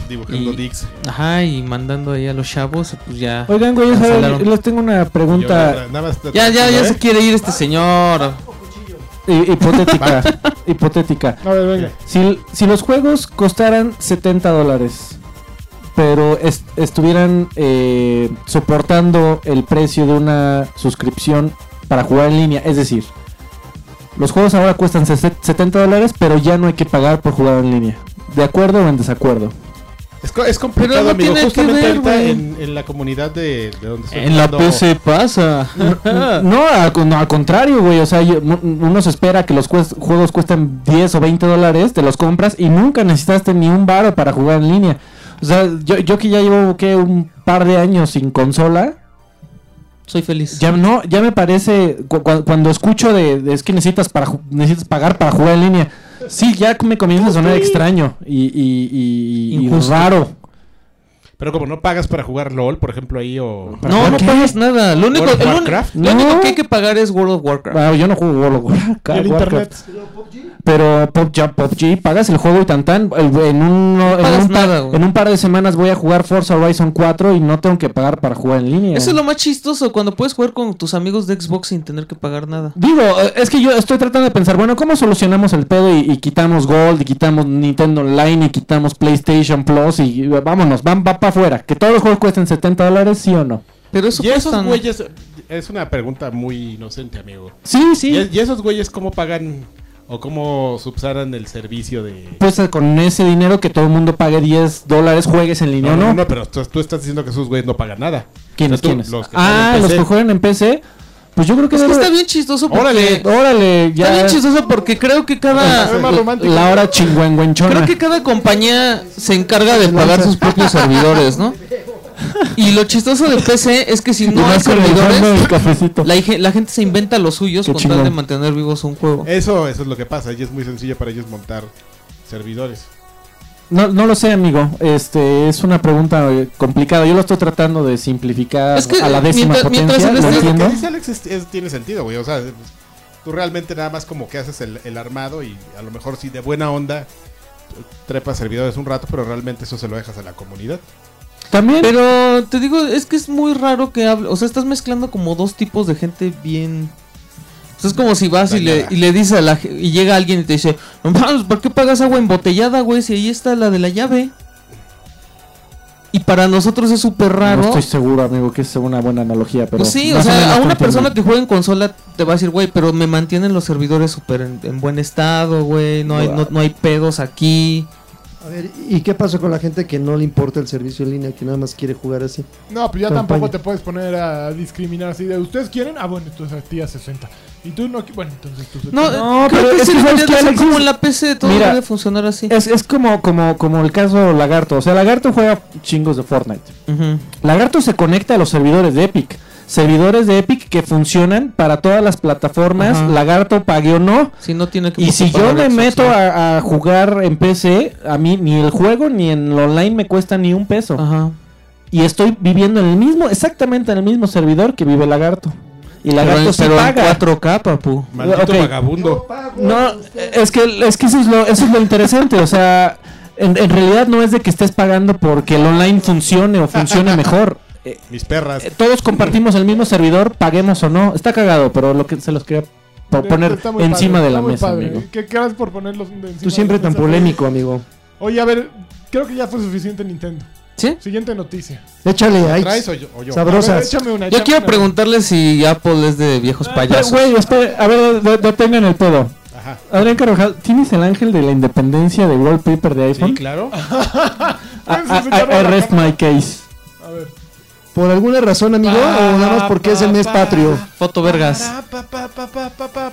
Dibujando
Y-
dicks.
Ajá, y mandando ahí a los chavos, pues ya.
Oigan, güey, yo
Cancelaron.
yo les tengo una
Yo, nada-
pregunta
nada más te-
Ya, ya, ya
¿eh?
se quiere ir este señor.
hi- hipotética. hipotética.
A ver, venga.
Si, si los juegos costaran 70 dólares, pero est- estuvieran eh, soportando el precio de una suscripción para jugar en línea, es decir, los juegos ahora cuestan ses- 70 dólares, pero ya no hay que pagar por jugar en línea. ¿De acuerdo o en desacuerdo?
Es, co- es complicado,
Pero no
amigo.
tiene que
Justamente
ver,
ahorita
güey.
en, en la comunidad de, de donde estoy jugando-
pasa.
No, al, con- al contrario, güey. O sea, yo- mu- uno se espera que los cues- juegos cuesten 10 o 20 dólares, te los compras y nunca necesitaste ni un baro para jugar en línea. O sea, yo, yo que ya llevo ¿qué? un par de años sin consola,
Soy feliz.
ya no, ya me parece cu- cu- cuando escucho de, de, es que necesitas para ju- necesitas pagar para jugar en línea. Sí, ya me comienza a sonar extraño y, y, y- y
Injusto.
raro.
Pero como no pagas para jugar LOL, por ejemplo, ahí o.
No, no
¿Qué?
pagas nada. Lo único,
World of
el un-
Warcraft?
lo único
No.
que hay que pagar es World of Warcraft.
Ah, yo no juego World of Warcraft.
Y el internet.
Pero Pop, ya, Pop G, pagas el juego y tan tan. el- en, un, en,
pagas
un par,
nada, güey.
en un par de semanas voy a jugar Forza Horizon 4 y no tengo que pagar para jugar en línea.
Eso es lo más chistoso, cuando puedes jugar con tus amigos de Xbox sin tener que pagar nada.
Digo, eh, es que yo estoy tratando de pensar, bueno, ¿cómo solucionamos el pedo y, y quitamos Gold y quitamos Nintendo Online y quitamos PlayStation Plus y, y vámonos, van, va para afuera? Que todos los juegos cuesten 70 dólares, ¿sí o no?
Pero eso
Y esos
cuestan-
güeyes. Es una pregunta muy inocente, amigo.
Sí,
¿Y,
sí.
es- y esos güeyes cómo pagan o cómo subsanan el servicio de.
Pues eh, con ese dinero que todo el mundo pague 10 dólares, juegues en línea
No,
o
no,
no.
no, pero tú, tú estás diciendo que esos güeyes no pagan nada.
¿Quiénes,
O sea, tú,
quiénes?
Los que
ah, los que
mejores
juegan en PC. Pues yo creo que
Es que
debe-
está bien chistoso porque...
Órale, órale, ya.
Está bien chistoso porque creo que
Se ve
cada...
más romántico.
La hora chingüengüenchona.
Creo que cada compañía se encarga de pagar sus propios servidores, ¿no? Y lo chistoso de PC es que si
Y
no hay
vas con el
servidores,
fondo del cafecito.
La, ige- la gente se inventa los suyos
Qué
con tal de
chingón. Eh.
mantener vivos un juego.
Eso, eso es lo que pasa. Y es muy sencillo para ellos montar servidores.
No, no lo sé, amigo. Este es una pregunta eh, complicada. Yo lo estoy tratando de simplificar
Es que
a la décima
mientras-
potencia.
mientras el
lo
este-
Pero Lo
entiendo.
que dice Alex es- es- tiene sentido, güey. O sea, pues, tú realmente nada más como que haces el, el armado y a lo mejor si de buena onda tú trepas servidores un rato, pero realmente eso se lo dejas a la comunidad.
También.
Pero te digo, es que es muy raro que hable. O sea, estás mezclando como dos tipos de gente bien. O sea, es como si vas y le,
Dañada.
y le dices a la ge- y llega alguien y te dice, no mames, ¿por qué pagas agua embotellada, güey? Si ahí está la de la llave. Y para nosotros es súper raro.
No estoy seguro, amigo, que es una buena analogía, pero.
pues sí, o
más menos
sea, a
te
una
entiendo.
persona que juega en consola te va a decir, güey, pero me mantienen los servidores súper en, en buen estado, güey, no hay, no, no hay pedos aquí.
A ver, ¿y qué pasa con la gente que no le importa el servicio en línea, que nada más quiere jugar así?
No, pero ya
Campaña.
tampoco te puedes poner a discriminar así de ustedes quieren, ah bueno, entonces a ti a 60. Y tú no, qui- bueno, entonces tú
No,
70.
No,
creo
pero
que
es
sí
que
debería
¿sabes
de
qué,
ser
Alexis?
como en la PC, todo
Mira,
debe funcionar así.
Es, es como, como, como el caso Lagarto. O sea, Lagarto juega chingos de Fortnite.
Ujú.
Lagarto se conecta a los servidores de Epic. Servidores de Epic que funcionan para todas las plataformas.
Ajá.
Lagarto pague o no.
Si no tiene que
Y si yo
ocupar
me
Xbox,
meto
¿no?
a, a jugar en PC, a mí ni el juego ni en lo online me cuesta ni un peso.
Ajá.
Y estoy viviendo en el mismo, exactamente en el pero en 4K, papu. Maldito vagabundo. el mismo servidor que vive Lagarto. Y
Pero,
Lagarto
en-
se
pero en
paga.
4K, papu.
Maldito
Ok.
vagabundo.
No, es que, es que eso, es lo, eso es lo interesante. O sea, en, en realidad no es de que estés pagando porque el online funcione o funcione mejor. Eh,
Mis perras.
eh, todos compartimos el mismo servidor, paguemos o no. Está cagado, pero lo que se los quería po- poner
Está muy
encima
padre,
de la
está muy
mesa,
padre.
amigo.
¿Qué, qué haces por ponerlos de encima
Tú
de
siempre
la
tan
mesa?
polémico, amigo.
Oye, a ver, creo que ya fue suficiente Nintendo.
¿Sí?
Siguiente noticia.
Échale, ay,
¿Traes o yo? o yo?
Sabro-
A ver,
Sabrosas.
échame una,
Yo
échame
quiero
una.
preguntarle si Apple es de viejos payasos.
Güey, espera, a ver, de- detengan el pedo.
Ajá.
Adrián Carvajal, ¿tienes el ángel de la independencia de wallpaper de
Sí,
iPhone?
claro.
I,
Puedes
I-
sentarlo
I
en la
rest
cama.
my case.
A ver.
¿Por alguna razón, amigo? ¿O nada más porque es el mes patrio?
Foto vergas.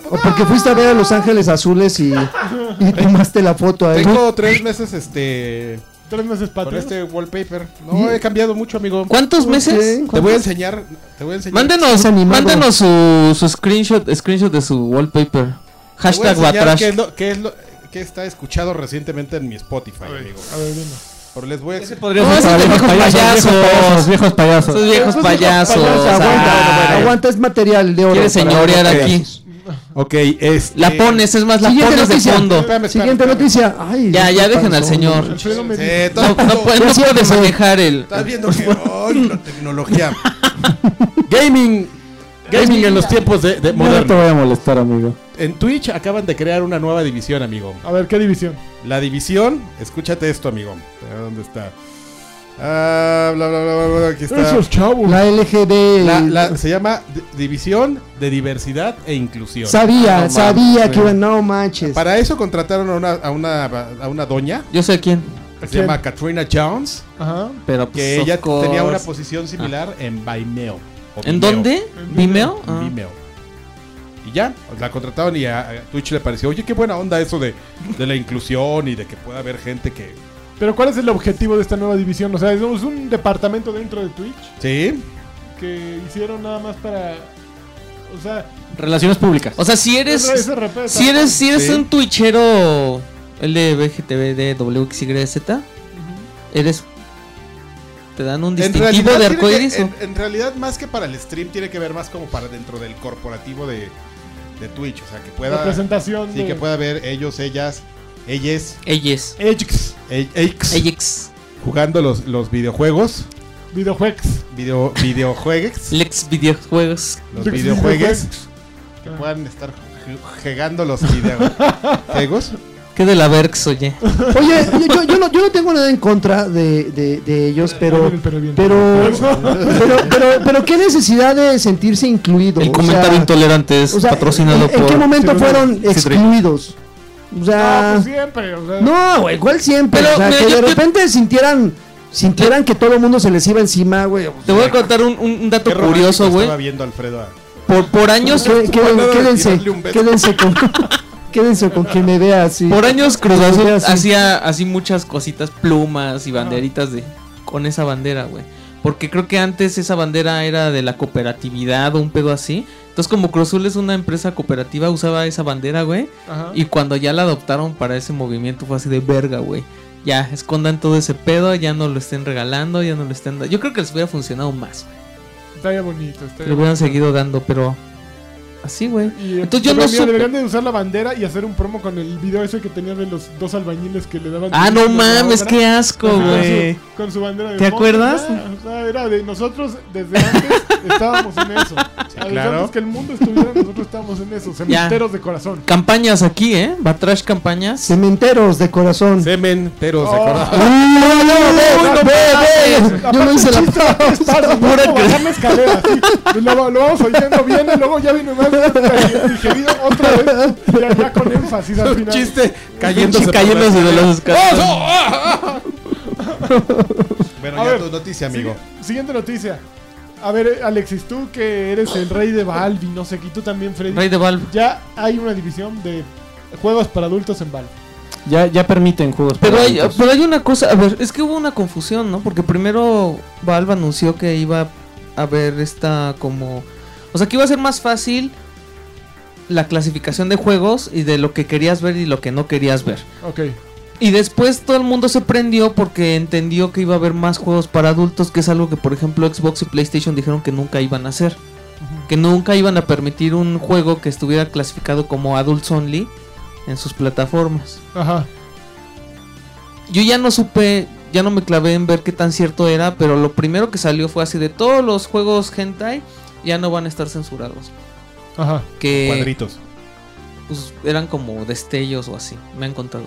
¿O porque fuiste a ver a Los Ángeles Azules y, y tomaste la foto ahí?
Tengo tres meses este
Tres meses
con
patrio.
este wallpaper. No he cambiado mucho, amigo.
¿Cuántos meses?
Te voy a enseñar, te voy a enseñar.
Mándenos,
Es animado.
mándenos su, su screenshot, screenshot de su wallpaper.
Te voy a
Hashtag
enseñar
Batrash.
qué es lo- qué es lo que está escuchado recientemente en mi Spotify,
A ver,
amigo.
a ver, dime.
Pero les voy a
No, esos
Para
de
viejos
viejos
payasos,
payasos.
viejos payasos, viejos payasos.
Esos viejos
Esos viejos
payasos.
payasos, aguanta,
ay.
aguanta, es material de oro.
Quiere
para-
señorear
para-
aquí.
Ok, este
La pones, es más, la
Siguiente
pones de
noticia.
fondo.
Espérame, espérame,
Siguiente
espérame.
noticia. Ay,
Ya,
no,
ya
qué
dejen al
panzón.
señor.
Alfredo me dice-
Sí,
No,
todo-
no puede, no
Ya
puede
siéntese.
manejar el.
Estás viendo que hoy la tecnología. gaming. Gaming en los tiempos de, de
Yo no te
moderno.
voy a molestar, amigo.
En Twitch acaban de crear una nueva división, amigo.
A ver, ¿qué división?
La división, escúchate esto, amigo. A ver ¿Dónde está? Ah, bla, bla, bla, bla, bla, aquí está.
Esos chavos.
La LGD.
La- la- se llama D- División de Diversidad e Inclusión.
Sabía,
No
sabía
manches.
que iban, no manches.
Para eso contrataron a una, a una, a una doña,
Yo sé quién.
que se
¿Quién?
llama Katrina Jones,
Ajá.
Pero pues,
que
of
ella
course. Ah.
tenía una posición similar en Vimeo. o
¿En
Vimeo.
dónde?
En
¿Vimeo?
en
Ah.
Vimeo. Y ya, la contrataron y a a Twitch le pareció, oye, qué buena onda eso de, de la inclusión y de que pueda haber gente que...
Pero ¿cuál es el objetivo de esta nueva división? O sea, es un departamento dentro de Twitch
Sí,
que hicieron nada más para... O sea,
Relaciones públicas.
O sea, si eres.
es RP,
Si eres, si eres
Sí.
un twitchero LBGTB de WXYZ, eres. Te dan un distintivo de
tiene que-
arcoiris.
en- en realidad, más que para el stream, tiene que ver más como para dentro del corporativo de, de Twitch. O sea, que pueda...
Representación
Sí,
de...
que pueda haber ellos, ellas, ellas,
Ellas.
Edgex,
e- eix,
Ajax.
jugando los, los videojuegos,
videojuegos.
video, videojuegos,
Lex videojuegos.
los
Los
videojuegos,
videojuegos.
que puedan estar ju- jugando los videojuegos.
¿Qué de la Verx, oye?
Oye, oye, yo, yo no, yo no tengo nada en contra de, de- de ellos, pero,
pero, bien.
pero, pero, pero, pero qué necesidad de sentirse incluido.
El
o
comentario
sea,
intolerante es
o sea,
patrocinado
¿en, en
por.
qué momento
Sí,
fueron
sí, sí.
excluidos? O
No,
sea,
pues siempre, o sea...
Ah. no, güey, igual siempre.
Pero,
o sea,
mira,
que
yo-
de
yo-
repente sintieran, sintieran que todo el mundo se les iba encima, güey.
Te voy a contar un, un- un dato
Qué romántico
curioso, güey.
Estaba viendo Alfredo. a-
Por, por años,
Qué- qué-
manera de
Quédense,
tirarle un beso.
quédense con, quédense con que me vea así.
por años Cruz Azul
Sí, sí.
hacía así Ah. muchas cositas, plumas y banderitas de con esa bandera, güey. Porque creo que antes esa bandera era de la cooperatividad o un pedo así. Entonces, como Cruz Azul es una empresa cooperativa, usaba esa bandera, güey.
Ajá.
Y cuando ya la adoptaron para ese movimiento fue así de verga, güey. Ya, escondan todo ese pedo, ya no lo estén regalando, ya no lo estén... da- Yo creo que les hubiera funcionado más.
Está ya bonito. Está
Lo hubieran seguido dando, pero... Así, güey.
Y, eh,
Entonces yo no
debería-
supe-
Deberían de usar la bandera y hacer un promo con el video ese que tenía de los dos albañiles que le daban...
Ah, no
dinero a la
mames,
obra.
qué asco,
Ajá, con su-
güey.
Con su bandera de
¿Te
Monte,
acuerdas?
ah, o sea, era de nosotros desde antes estábamos en eso. Desde
claro.
Antes que el mundo estuviera, nosotros estábamos en eso. Cementeros de corazón.
Campañas aquí, ¿eh? Batrash campañas.
Cementeros de corazón.
Semen, pero se
Oh.
acordaba.
Uy, no, no, ve, ve, ve. Yo no hice la
Para luego bajar la escalera, sí. Lo, lo vamos oyendo bien y luego ya vino más digerido otra vez. Ya, ya con énfasis al
Un
final.
chiste cayéndose,
Sí, cayéndose de las escaleras.
Bueno,
A
ya
ver,
tu noticia,
Sigue-
amigo.
siguiente noticia. A ver, eh, Alexis, tú que eres el rey de Valve y no sé, qué, y tú también, Freddy.
Rey de Valve.
Ya hay una división de juegos para adultos en Valve.
Ya, ya permiten juegos.
Pero
para
hay,
adultos.
pero hay una cosa, a ver, es que hubo una confusión, ¿no? Porque primero Valve anunció que iba a haber esta como... O sea, que iba a ser más fácil la clasificación de juegos y de lo que querías ver y lo que no querías ver.
Ok.
Y después todo el mundo se prendió porque entendió que iba a haber más juegos para adultos, que es algo que por ejemplo Xbox y PlayStation dijeron que nunca iban a hacer. Que nunca iban a permitir un juego que estuviera clasificado como Adults Only en sus plataformas
Ajá.
yo ya no supe, ya no me clavé en ver qué tan cierto era, pero lo primero que salió fue así de todos los juegos hentai ya no van a estar censurados.
Ajá.
Eh.
Que
Cuadritos.
pues, eran como destellos o así, me han contado.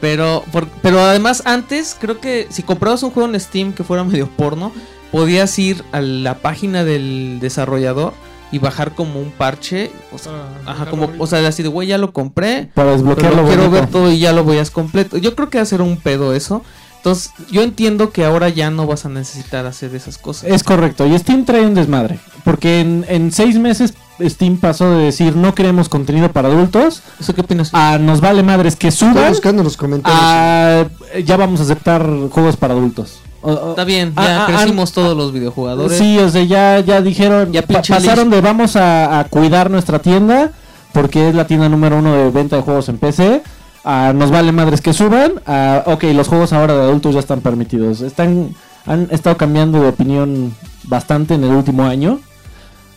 pero, por- pero además antes creo que si comprabas un juego en Steam que fuera medio porno, podías ir a la página del desarrollador y bajar como un parche. O sea, ajá, como, o sea, así de, güey, ya lo compré.
Para
Pero
desbloquearlo.
lo quiero
bonito.
ver todo y ya lo veías completo. Yo creo que va a ser un pedo eso. Entonces, yo entiendo que ahora ya no vas a necesitar hacer esas cosas.
Es correcto. Y Steam trae un desmadre. Porque en, en seis meses Steam pasó de decir no queremos contenido para adultos
¿Eso qué opinas?
a nos vale madres que
Estoy
suban
buscando los comentarios.
a ya vamos a aceptar juegos para adultos. O- o-
Está bien,
Ah,
ya
ah,
crecimos todos los videojugadores.
Sí, o sea, ya, ya dijeron,
Ya
pa-
pinche
pasaron de vamos a, a cuidar nuestra tienda, porque es la tienda número uno de venta de juegos en PC, a nos vale madres que suban, a ok, los juegos ahora de adultos ya están permitidos. Están, han estado cambiando de opinión bastante en el último año,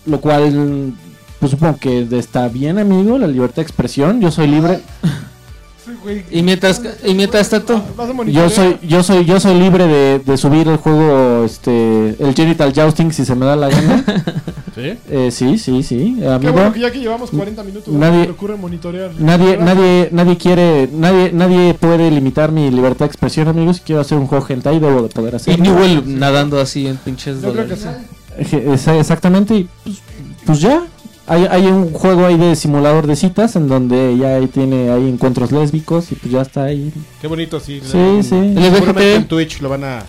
lo cual, pues supongo que está bien, amigo, la libertad de expresión, yo soy libre.
Y mientras, y mientras tanto,
Yo soy, yo soy, yo soy libre de, de subir el juego, este, el genital jousting si se me da la gana.
¿Sí?
Eh, sí, sí, sí, eh,
Qué
amigo.
bueno que ya que llevamos 40 minutos,
Nadie-
nadie, se le ocurre monitorear.
Nadie,
¿Verdad?
nadie, nadie quiere, nadie, nadie puede limitar mi libertad de expresión, amigos. Si quiero hacer un juego hentai, debo de poder
y
hacerlo.
Newell nadando así en pinches
Yo creo que
dólares.
sí.
Eje- es- Exactamente, y pues, pues ya. Hay, hay un juego ahí de simulador de citas en donde ya ahí tiene ahí encuentros lésbicos y pues ya está ahí.
Qué bonito, sí.
Sí, sí.
El
LGBT.
en Twitch lo van a.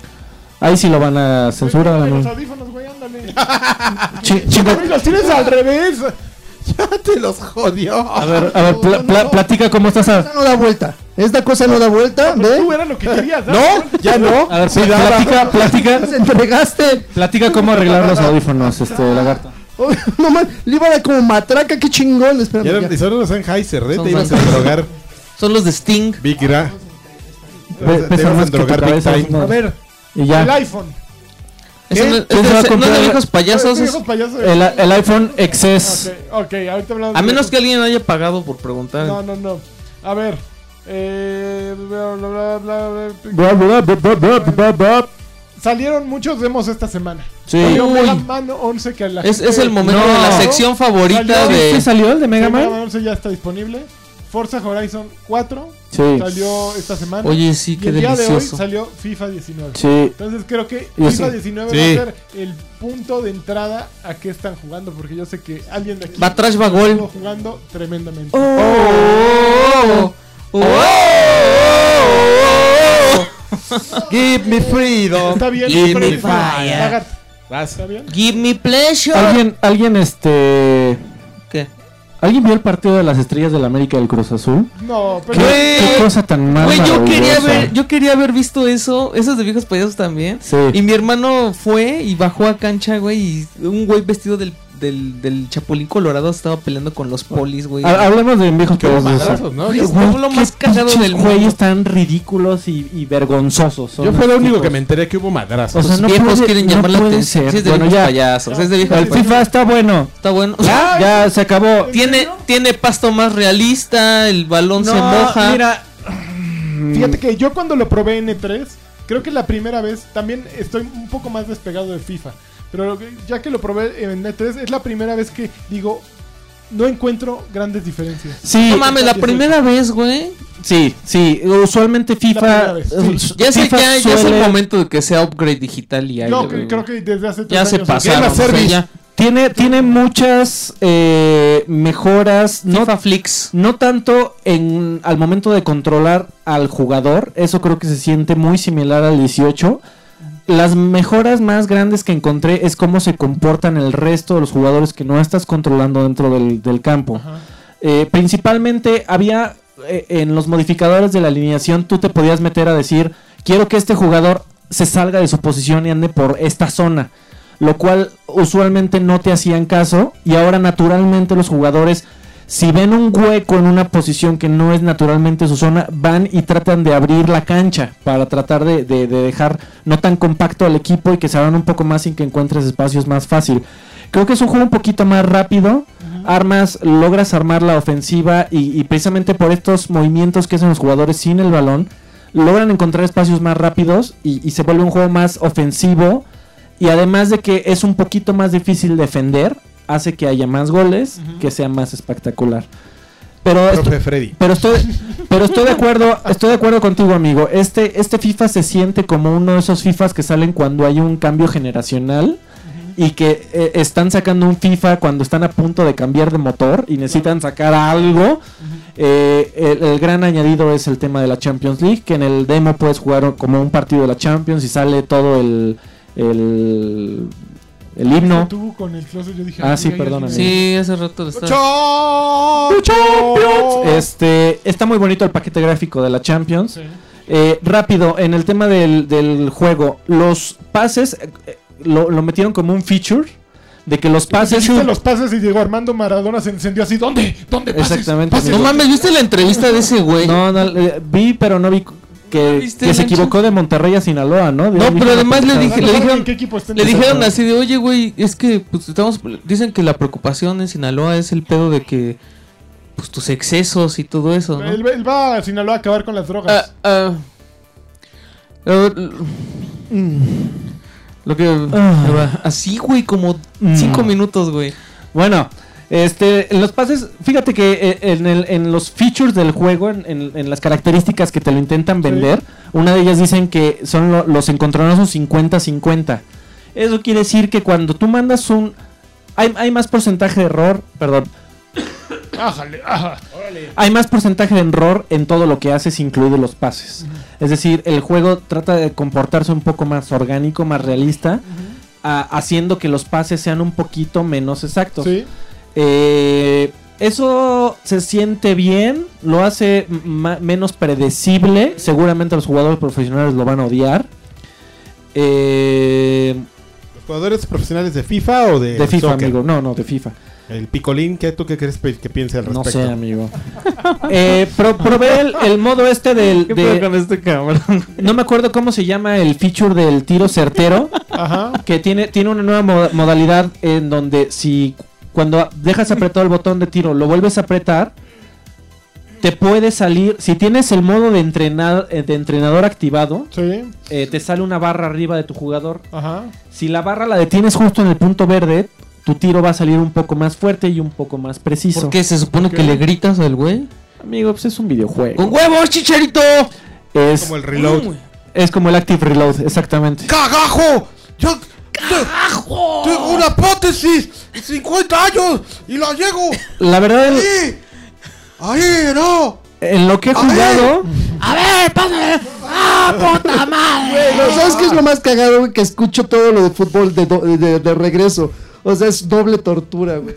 Ahí sí lo van a censurar.
Ay, Los
amigo.
audífonos, güey, ándale. Ah,
Chi- chico,
Ay, los tienes al revés.
¡Ya te los jodió!
a ver, a ver, pla- pla- platica cómo estás. A,
No da vuelta. Esta cosa no da vuelta,
Pero tú
¿ve?
era lo que querías, ¿no?
¡No! ¡Ya no!
a ver, pla- platica, platica,
Se entregaste.
platica cómo arreglar los audífonos, este lagarto.
Oh, no man, le iba a dar como matraca, qué chingón. Espérame,
Ya
ya.
eran y solo los Sennheiser, ¿eh?
Son
Te ibas a
Sennheiser.
drogar
Son los de Sting.
Big Ra.
Pe-
Te
Pesan
vas a
más que tu
drogar big
cabeza.
time.
no.
A ver,
Y ya.
el iPhone.
Eso no, es
¿Quién se va a
de- no es de
comprar?
viejos payasos. es-
Viejos payasos.
El, el iPhone XS.
Ok, ok, ahorita hablamos.
a
de
menos
eso.
que alguien haya pagado por preguntar.
No, no, no. A ver. Eh, bla, bla, bla, bla, bla.
Bla, bla, bla, bla, bla, bla, bla.
Salieron muchos demos esta semana.
Sí.
Salió
Uy.
Mega Man 11 que a la
es,
gente-
es el momento
No.
de la sección favorita
Salió-
¿Sí, sí
de...
salió el de
Sí,
Mega
Mega
Man?
Man 11 ya está disponible. Forza Horizon 4
Sí.
salió esta semana.
Oye, sí,
y
qué
el día de hoy
delicioso.
salió FIFA 19.
Sí.
Entonces creo que
Yo
FIFA
sí.
19
Sí.
va a ser el punto de entrada a qué están jugando, porque yo sé que alguien de aquí
Batrash va gol.
estuvo jugando tremendamente.
Oh, oh, oh, oh.
Give me freedom.
Está bien,
Jimmy
Freddy,
Falla.
Lagarto,
Vas.
¿Está bien?
Give me pleasure.
¿Alguien, alguien, este.
¿Qué?
¿Alguien vio el partido de las estrellas del América del Cruz Azul?
No, pero
¿Qué, qué cosa tan mala.
Güey, yo quería ver, yo quería haber visto eso, esos de viejos payasos también.
Sí.
Y mi hermano fue y bajó a cancha, güey, y un güey vestido del del, del Chapulín Colorado estaba peleando con los polis, güey.
Ha- Hablemos de viejos pedos de eso.
Madrazos, ¿no?
Oye,
Yo,
es como lo más cagado del mundo.
güeyes tan ridículos y, y vergonzosos. son
yo fue el
los
único
tipos.
que me enteré que hubo madrazos.
O sea,
Los
no
viejos
puede-
quieren
no
llamar la
puede
atención.
ser.
Sí, es de
Bueno,
viejos
ya.
payasos. Es de viejos
El FIFA está bueno.
Está bueno.
Ya, ya se acabó.
Tiene, tiene pasto más realista, el balón se moja.
Mira,
Fíjate que yo cuando lo probé en E3, creo que la primera vez, también estoy un poco más despegado de FIFA. Pero lo que- ya que lo probé en E3, es la primera vez que digo, no encuentro grandes diferencias.
sí,
No mames, la primera vez, güey.
sí, sí. Usualmente FIFA. eh,
primera vez, sí.
Ya, es el-
FIFA
ya- ya es el
suele-
momento de que sea upgrade digital y ahí,
No,
güey.
cre- creo que desde hace tres
ya se
años, ¿no?
pasaron.
Game of
o sea,
Service.
ya.
Tiene, tiene muchas eh, mejoras. No
FIFA Flix.
No tanto en al momento de controlar al jugador, eso creo que se siente muy similar al 18. Las mejoras más grandes que encontré es cómo se comportan el resto de los jugadores que no estás controlando dentro del, del campo.
Ajá.
Eh, principalmente había eh, en los modificadores de la alineación, tú te podías meter a decir, quiero que este jugador se salga de su posición y ande por esta zona. Lo cual usualmente no te hacían caso y ahora naturalmente los jugadores, si ven un hueco en una posición que no es naturalmente su zona, van y tratan de abrir la cancha para tratar de, de- de dejar no tan compacto al equipo y que se abran un poco más sin que encuentres espacios más fácil. Creo que es un juego un poquito más rápido, armas, logras armar la ofensiva y, y precisamente por estos movimientos que hacen los jugadores sin el balón, logran encontrar espacios más rápidos y, y se vuelve un juego más ofensivo y además de que es un poquito más difícil defender, hace que haya más goles, que sea más espectacular. Pero esto-
Profe Freddy.
pero estoy, pero estoy de acuerdo, estoy de acuerdo contigo, amigo. Este, este FIFA se siente como uno de esos FIFAs que salen cuando hay un cambio generacional y que eh, están sacando un FIFA cuando están a punto de cambiar de motor y necesitan sacar algo. Eh, el, el gran añadido es el tema de la Champions League, que en el demo puedes jugar como un partido de la Champions y sale todo el, el, el himno.
Tú con el closet yo dije...
Ah,
ay,
sí,
ay, ay,
perdóname.
ay.
Sí, hace rato lo estaba.
Este, está muy bonito el paquete gráfico de la Champions.
Sí.
Eh, rápido, en el tema del, del juego, los pases eh, eh, lo, lo metieron como un feature de que los pases.
Hiciste los pases y Diego Armando Maradona se encendió así. ¿Dónde? ¿Dónde pases?
Exactamente.
Pases,
No
Sí.
mames, ¿viste la entrevista de ese güey? No,
No, no, eh, vi, pero no vi que,
¿Viste,
que se
Lancha?
equivocó de Monterrey a Sinaloa, ¿no? Digo,
pero
dijo-
además le dije,
¿dónde?
le
¿En
dijeron,
qué equipo estén?
le dijeron así de, oye, güey, es que pues, estamos, dicen que la preocupación en Sinaloa es el pedo de que, pues, tus excesos y todo eso, ¿no?
Él, él va a Sinaloa a acabar con las drogas.
Ah, ah. Ah, mm. lo que
Ah.
así, güey, como cinco minutos, güey.
Bueno, este, en los pases, fíjate que eh, en, el- en los features del juego, en, en- en las características que te lo intentan vender, una de ellas dicen que son lo- los encontronazos 50-50. Eso quiere decir que cuando tú mandas un... Hay, hay más porcentaje de error, perdón,
Ájale, ajá.
hay más porcentaje de error en todo lo que haces, incluido los pases. Es decir, el juego trata de comportarse un poco más orgánico, más realista, a- haciendo que los pases sean un poquito menos exactos.
Sí.
Eh, eso se siente bien, lo hace ma- menos predecible. Seguramente los jugadores profesionales lo van a odiar. Eh,
¿Los jugadores profesionales de FIFA o de,
de FIFA,
soccer?
amigo. No, no, de FIFA.
El picolín, ¿qué tú qué crees pe- que piense al
No
respecto?
sé, amigo. Eh, pro- probé el, el modo este del. de-
este cabrón?
no me acuerdo cómo se llama el feature del tiro certero.
Ajá.
que tiene, tiene una nueva mo- modalidad en donde si cuando dejas apretado el botón de tiro, lo vuelves a apretar, te puede salir, si tienes el modo de, entrenar, eh, de entrenador activado,
Sí.
eh, te sale una barra arriba de tu jugador.
Ajá.
Si la barra la detienes justo en el punto verde, tu tiro va a salir un poco más fuerte y un poco más preciso.
Porque se supone que
Ok.
le gritas al güey.
Amigo, pues es un videojuego.
¡Con huevos, chicharito!
Es
Como el reload.
es como el Active Reload, exactamente.
¡Cagajo! ¡Yo! ¡Cagajo! Tengo una prótesis, 50 años y la llego.
La verdad, en,
¡Ahí! ¡Ahí, no!
en lo que he jugado...
Pero, ¿Sabes qué es lo más cagado, güey? Que escucho todo lo de fútbol de, do- de- de regreso. O sea, es doble tortura, güey.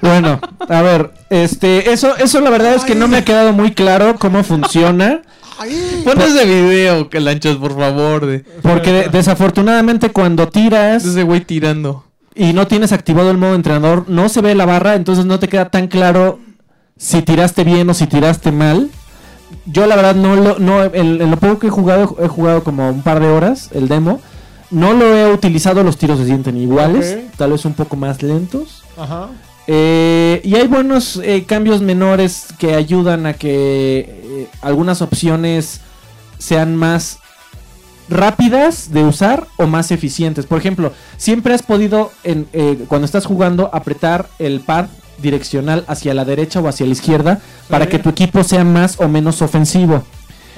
Bueno, a ver, este, eso, eso la verdad es que no me ha quedado muy claro cómo funciona,
¡Ahí!
Pon ese video, Calanchos, por favor. De,
porque de- desafortunadamente cuando
de
tiras,
ese güey tirando.
y no tienes activado el modo entrenador, no se ve la barra, entonces no te queda tan claro si tiraste bien o si tiraste mal. Yo la verdad no lo, no, en, en lo poco que he jugado, he jugado como un par de horas el demo. No lo he utilizado, los tiros se sienten iguales,
Ok.
tal vez un poco más lentos.
Ajá.
Eh, y hay buenos eh, cambios menores que ayudan a que eh, algunas opciones sean más rápidas de usar o más eficientes. Por ejemplo, siempre has podido, en, eh, cuando estás jugando, apretar el pad direccional hacia la derecha o hacia la izquierda para que tu equipo sea más o menos ofensivo.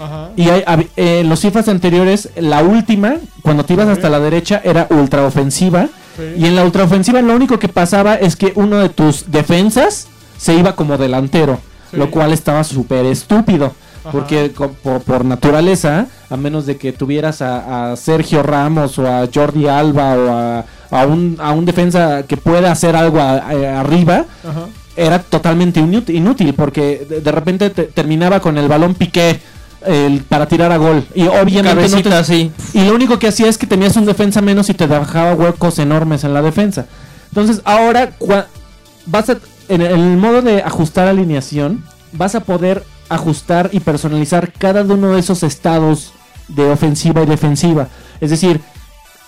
Ajá.
Y hay- hab- eh, en los cifras anteriores, la última, cuando te ibas hasta la derecha, era ultra ofensiva.
Sí.
Y en la ultraofensiva lo único que pasaba es que uno de tus defensas se iba como delantero,
Sí.
lo cual estaba súper estúpido.
Ajá.
Porque co- por, por naturaleza, a menos de que tuvieras a, a Sergio Ramos o a Jordi Alba o a, a un, a un defensa que pueda hacer algo a- a- arriba,
Ajá.
era totalmente inú- inútil porque de, de repente te- terminaba con el balón piqué el- para tirar a gol. Y
Pues
obviamente no te-
Cabecita así.
y lo único que hacía es que tenías un defensa menos y te dejaba huecos enormes en la defensa. Entonces ahora cua- vas a, en el modo de ajustar alineación, vas a poder ajustar y personalizar cada uno de esos estados de ofensiva y defensiva. Es decir,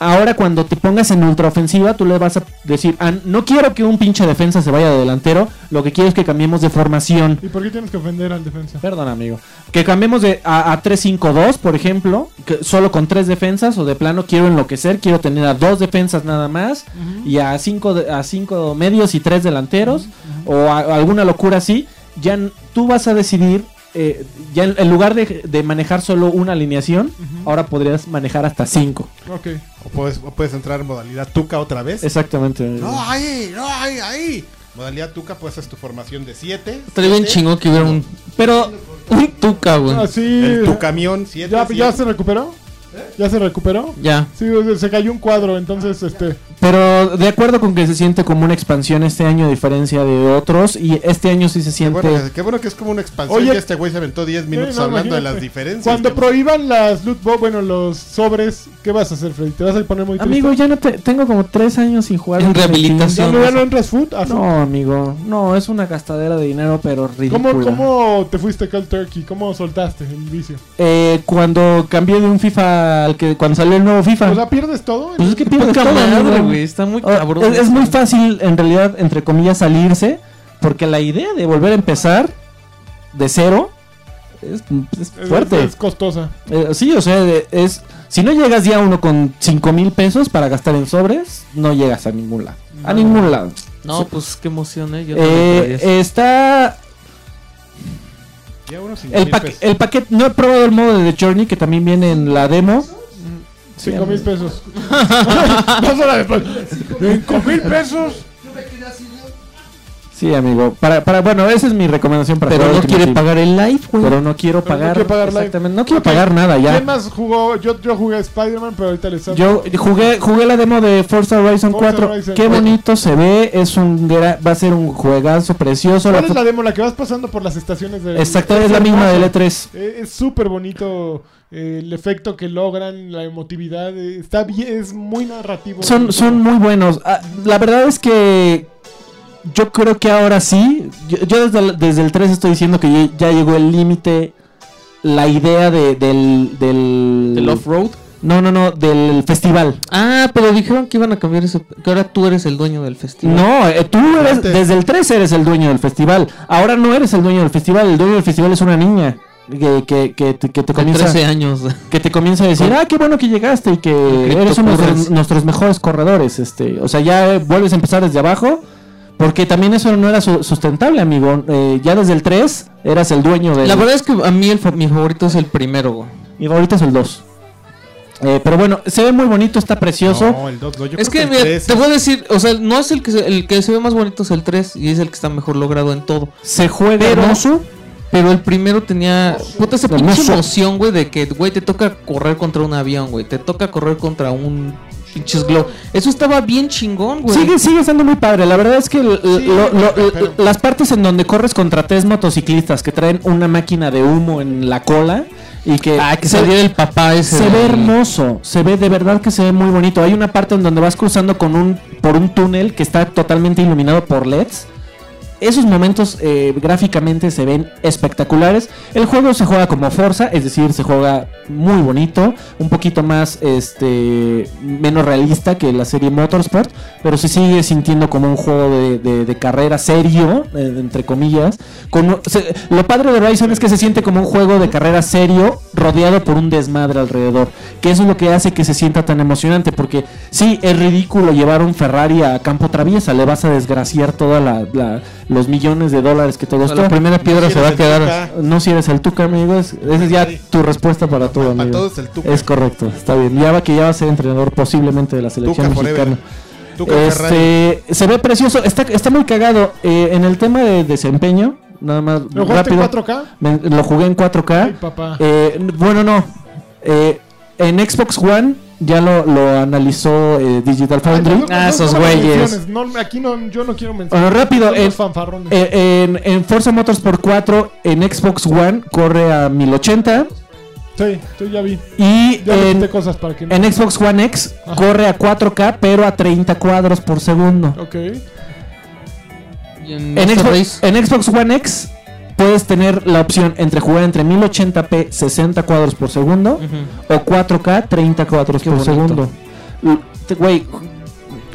ahora cuando te pongas en ultraofensiva, tú le vas a decir, "Ah, no quiero que un pinche defensa se vaya de delantero, lo que quiero es que cambiemos de formación.
¿Y por qué tienes que ofender al defensa?
Perdón, amigo. Que cambiemos de a, a 3-5-2, por ejemplo, que solo con tres defensas o de plano quiero enloquecer, quiero tener a dos defensas nada más y a cinco, de- a cinco medios y tres delanteros o a- alguna locura así. Ya n- tú vas a decidir, eh, ya en, en lugar de, de manejar solo una alineación, ahora podrías manejar hasta cinco.
Ok.
O puedes, o puedes entrar en modalidad tuca otra vez.
Exactamente.
No, ahí, no, ahí, ahí. Modalidad tuca, pues es tu formación de 7.
Estaría bien chingón que hubiera un.
Pero
Un tuca, güey.
Así.
El, tu camión 7.
Ah, ¿Ya, ¿Ya se recuperó? ¿Ya se recuperó?
Ya.
Sí, o sea, se cayó un cuadro, entonces este.
Pero de acuerdo con que se siente como una expansión este año a diferencia de otros y este año sí se
Qué
siente...
bueno, que- qué bueno que es como una expansión.
Oye,
y este güey se aventó 10 minutos
Sí, no,
hablando de
imagínate.
las diferencias.
Cuando
que-
prohíban las loot box, bueno, los sobres, ¿qué vas a hacer, Freddy? ¿Te vas a poner muy triste?
Amigo, ya no te- tengo como tres años sin jugar.
En
Ultimate
rehabilitación.
¿Ya no, ya no entras food? Ah, ¿A
Team. No, amigo, no, es una gastadera de dinero, pero
food?
ridícula.
¿Cómo, ¿Cómo te fuiste Cold Turkey? ¿Cómo soltaste el vicio?
Eh, cuando cambié de un FIFA al que cuando salió el nuevo FIFA.
O sea, ¿pierdes todo?
Ah. pues es que pierdes
Poca
todo,
madre,
amigo.
güey. Está muy
Ah,
cabrón.
es, es muy fácil, en realidad, entre comillas, salirse, porque la idea de volver a empezar de cero es, es
Es-
fuerte.
Es, es costosa.
Eh, sí, o sea, de- es si no llegas día uno con cinco mil pesos para gastar en sobres, no llegas a ningún lado. A ningún lado.
No, pues qué emoción, eh. Yo también
Eh,
traía eso.
está
Ya unos cinco
el,
mil
paque-
pesos.
el paquete. No he probado el modo de The Journey que también viene en la demo. Sí,
Cinco mil
amigo.
pesos. Dos horas después. ¿Cinco mil pesos?
Sí, amigo. Para, para, bueno, esa es mi recomendación para
Pero
jugar
no
Ultimate
quiere
Team.
pagar el live, güey.
Pero no quiero
Pero no
pagar.
quiero pagar live.
exactamente. No quiero
Ok.
pagar nada ya.
¿Quién más jugó? Yo, yo jugué a Spider-Man, pero ahorita les hablo.
Yo jugué, jugué la demo de Forza Horizon
Forza
4.
Horizon
Qué
4.
bonito se ve. Es un gra- va a ser un juegazo precioso. La
¿Cuál es
fo-
la demo? La que vas pasando por las estaciones de...
Exacto, es la misma E del
hermoso.
E3.
Eh, Es súper bonito eh, el efecto que logran, la emotividad. eh, está bien, es muy narrativo.
Son, son muy buenos. Ah, la verdad es que yo creo que ahora sí. Yo, yo desde, el, desde el 3 estoy diciendo que ya- ya llegó el límite. La idea de- del. del
¿El off-road?
No, no, no, del festival.
Ah, pero dijeron que iban a cambiar eso. Que ahora tú eres el dueño del festival.
No, eh, tú eres,
Antes.
desde el 3 eres el dueño del festival. Ahora no eres el dueño del festival. El dueño del festival es una niña que, que, que, te- que te
con
comienza.
13 años.
que te comienza a decir, ah, qué bueno que llegaste y que
Cripto
eres uno de
corres.
nuestros mejores corredores, este, o sea, ya eh, vuelves a empezar desde abajo, porque también eso no era su- sustentable, amigo, Eh, ya desde el 3 eras el dueño de...
La verdad es que a mí el fa- mi favorito es el primero, güey.
Mi favorito es el 2. Eh, pero bueno, se ve muy bonito, está precioso.
No, el dos, no, yo
Es
creo
que,
el
mira,
tres
te
es-
voy a decir, o sea, no es el que, se, el que se ve más bonito es el 3 y es el que está mejor logrado en todo.
Se juega
Pero-
hermoso.
Pero el primero tenía puta esa
Hermoso.
pinche emoción, güey, de que, güey, te toca correr contra un avión, güey, te toca correr contra un pinches globo. Eso estaba bien chingón, güey.
Sigue, sigue siendo muy padre. La verdad es que l-
Sí,
lo- lo-
pero-
las partes en donde corres contra tres motociclistas que traen una máquina de humo en la cola y que,
Ah, que
se-
saliera el papá ese.
se ve
del-
hermoso, se ve de verdad que se ve muy bonito. Hay una parte en donde vas cruzando con un por un túnel que está totalmente iluminado por LEDs. Esos momentos eh, gráficamente se ven espectaculares. El juego se juega como Forza, es decir, se juega muy bonito, un poquito más este menos realista que la serie Motorsport, pero se sigue sintiendo como un juego de, de- de carrera serio, eh, entre comillas. Con, se- lo padre de Horizon es que se siente como un juego de carrera serio rodeado por un desmadre alrededor, que eso es lo que hace que se sienta tan emocionante, porque sí, es ridículo llevar un Ferrari a campo traviesa, le vas a desgraciar toda la, la- los millones de dólares que te
O sea,
costó.
La primera piedra se va a quedar.
No si eres el Tuca, amigo. es- Esa es ya tu respuesta para todo,
Para
amigo.
todos el Tuca.
Es correcto, está bien. Ya va que ya va a ser entrenador posiblemente de la
Tuca
selección
Forever.
mexicana.
Tuca Ferrari.
Este, se ve precioso, está, está muy cagado. Eh, en el tema de desempeño, nada más
¿Lo jugaste en
rápido.
4K?
me- lo jugué en 4K.
Ay, papá.
Eh, n- bueno, no. Eh, en Xbox One ya lo, lo analizó eh, Digital
Ay,
Foundry.
no, no,
Ah,
no,
esos
no me
güeyes.
menciones, no, aquí no, yo no quiero
Bueno,
mencionar.
rápido,
Son
en,
los fanfarrones.
eh, en, en Forza Motorsport 4, en Xbox One corre a 1080
sí, sí, ya vi.
y
Ya le
en,
quité cosas para que no.
en Xbox One X
Ajá.
corre a 4K pero a 30 cuadros por segundo.
Ok.
y En eh,
En
Master
Xbox,
Race.
en Xbox One X puedes tener la opción entre jugar entre 1080p 60 cuadros por segundo
Ujú.
o 4K 30 cuadros
Qué
por
bonito.
segundo. L- te- Güey,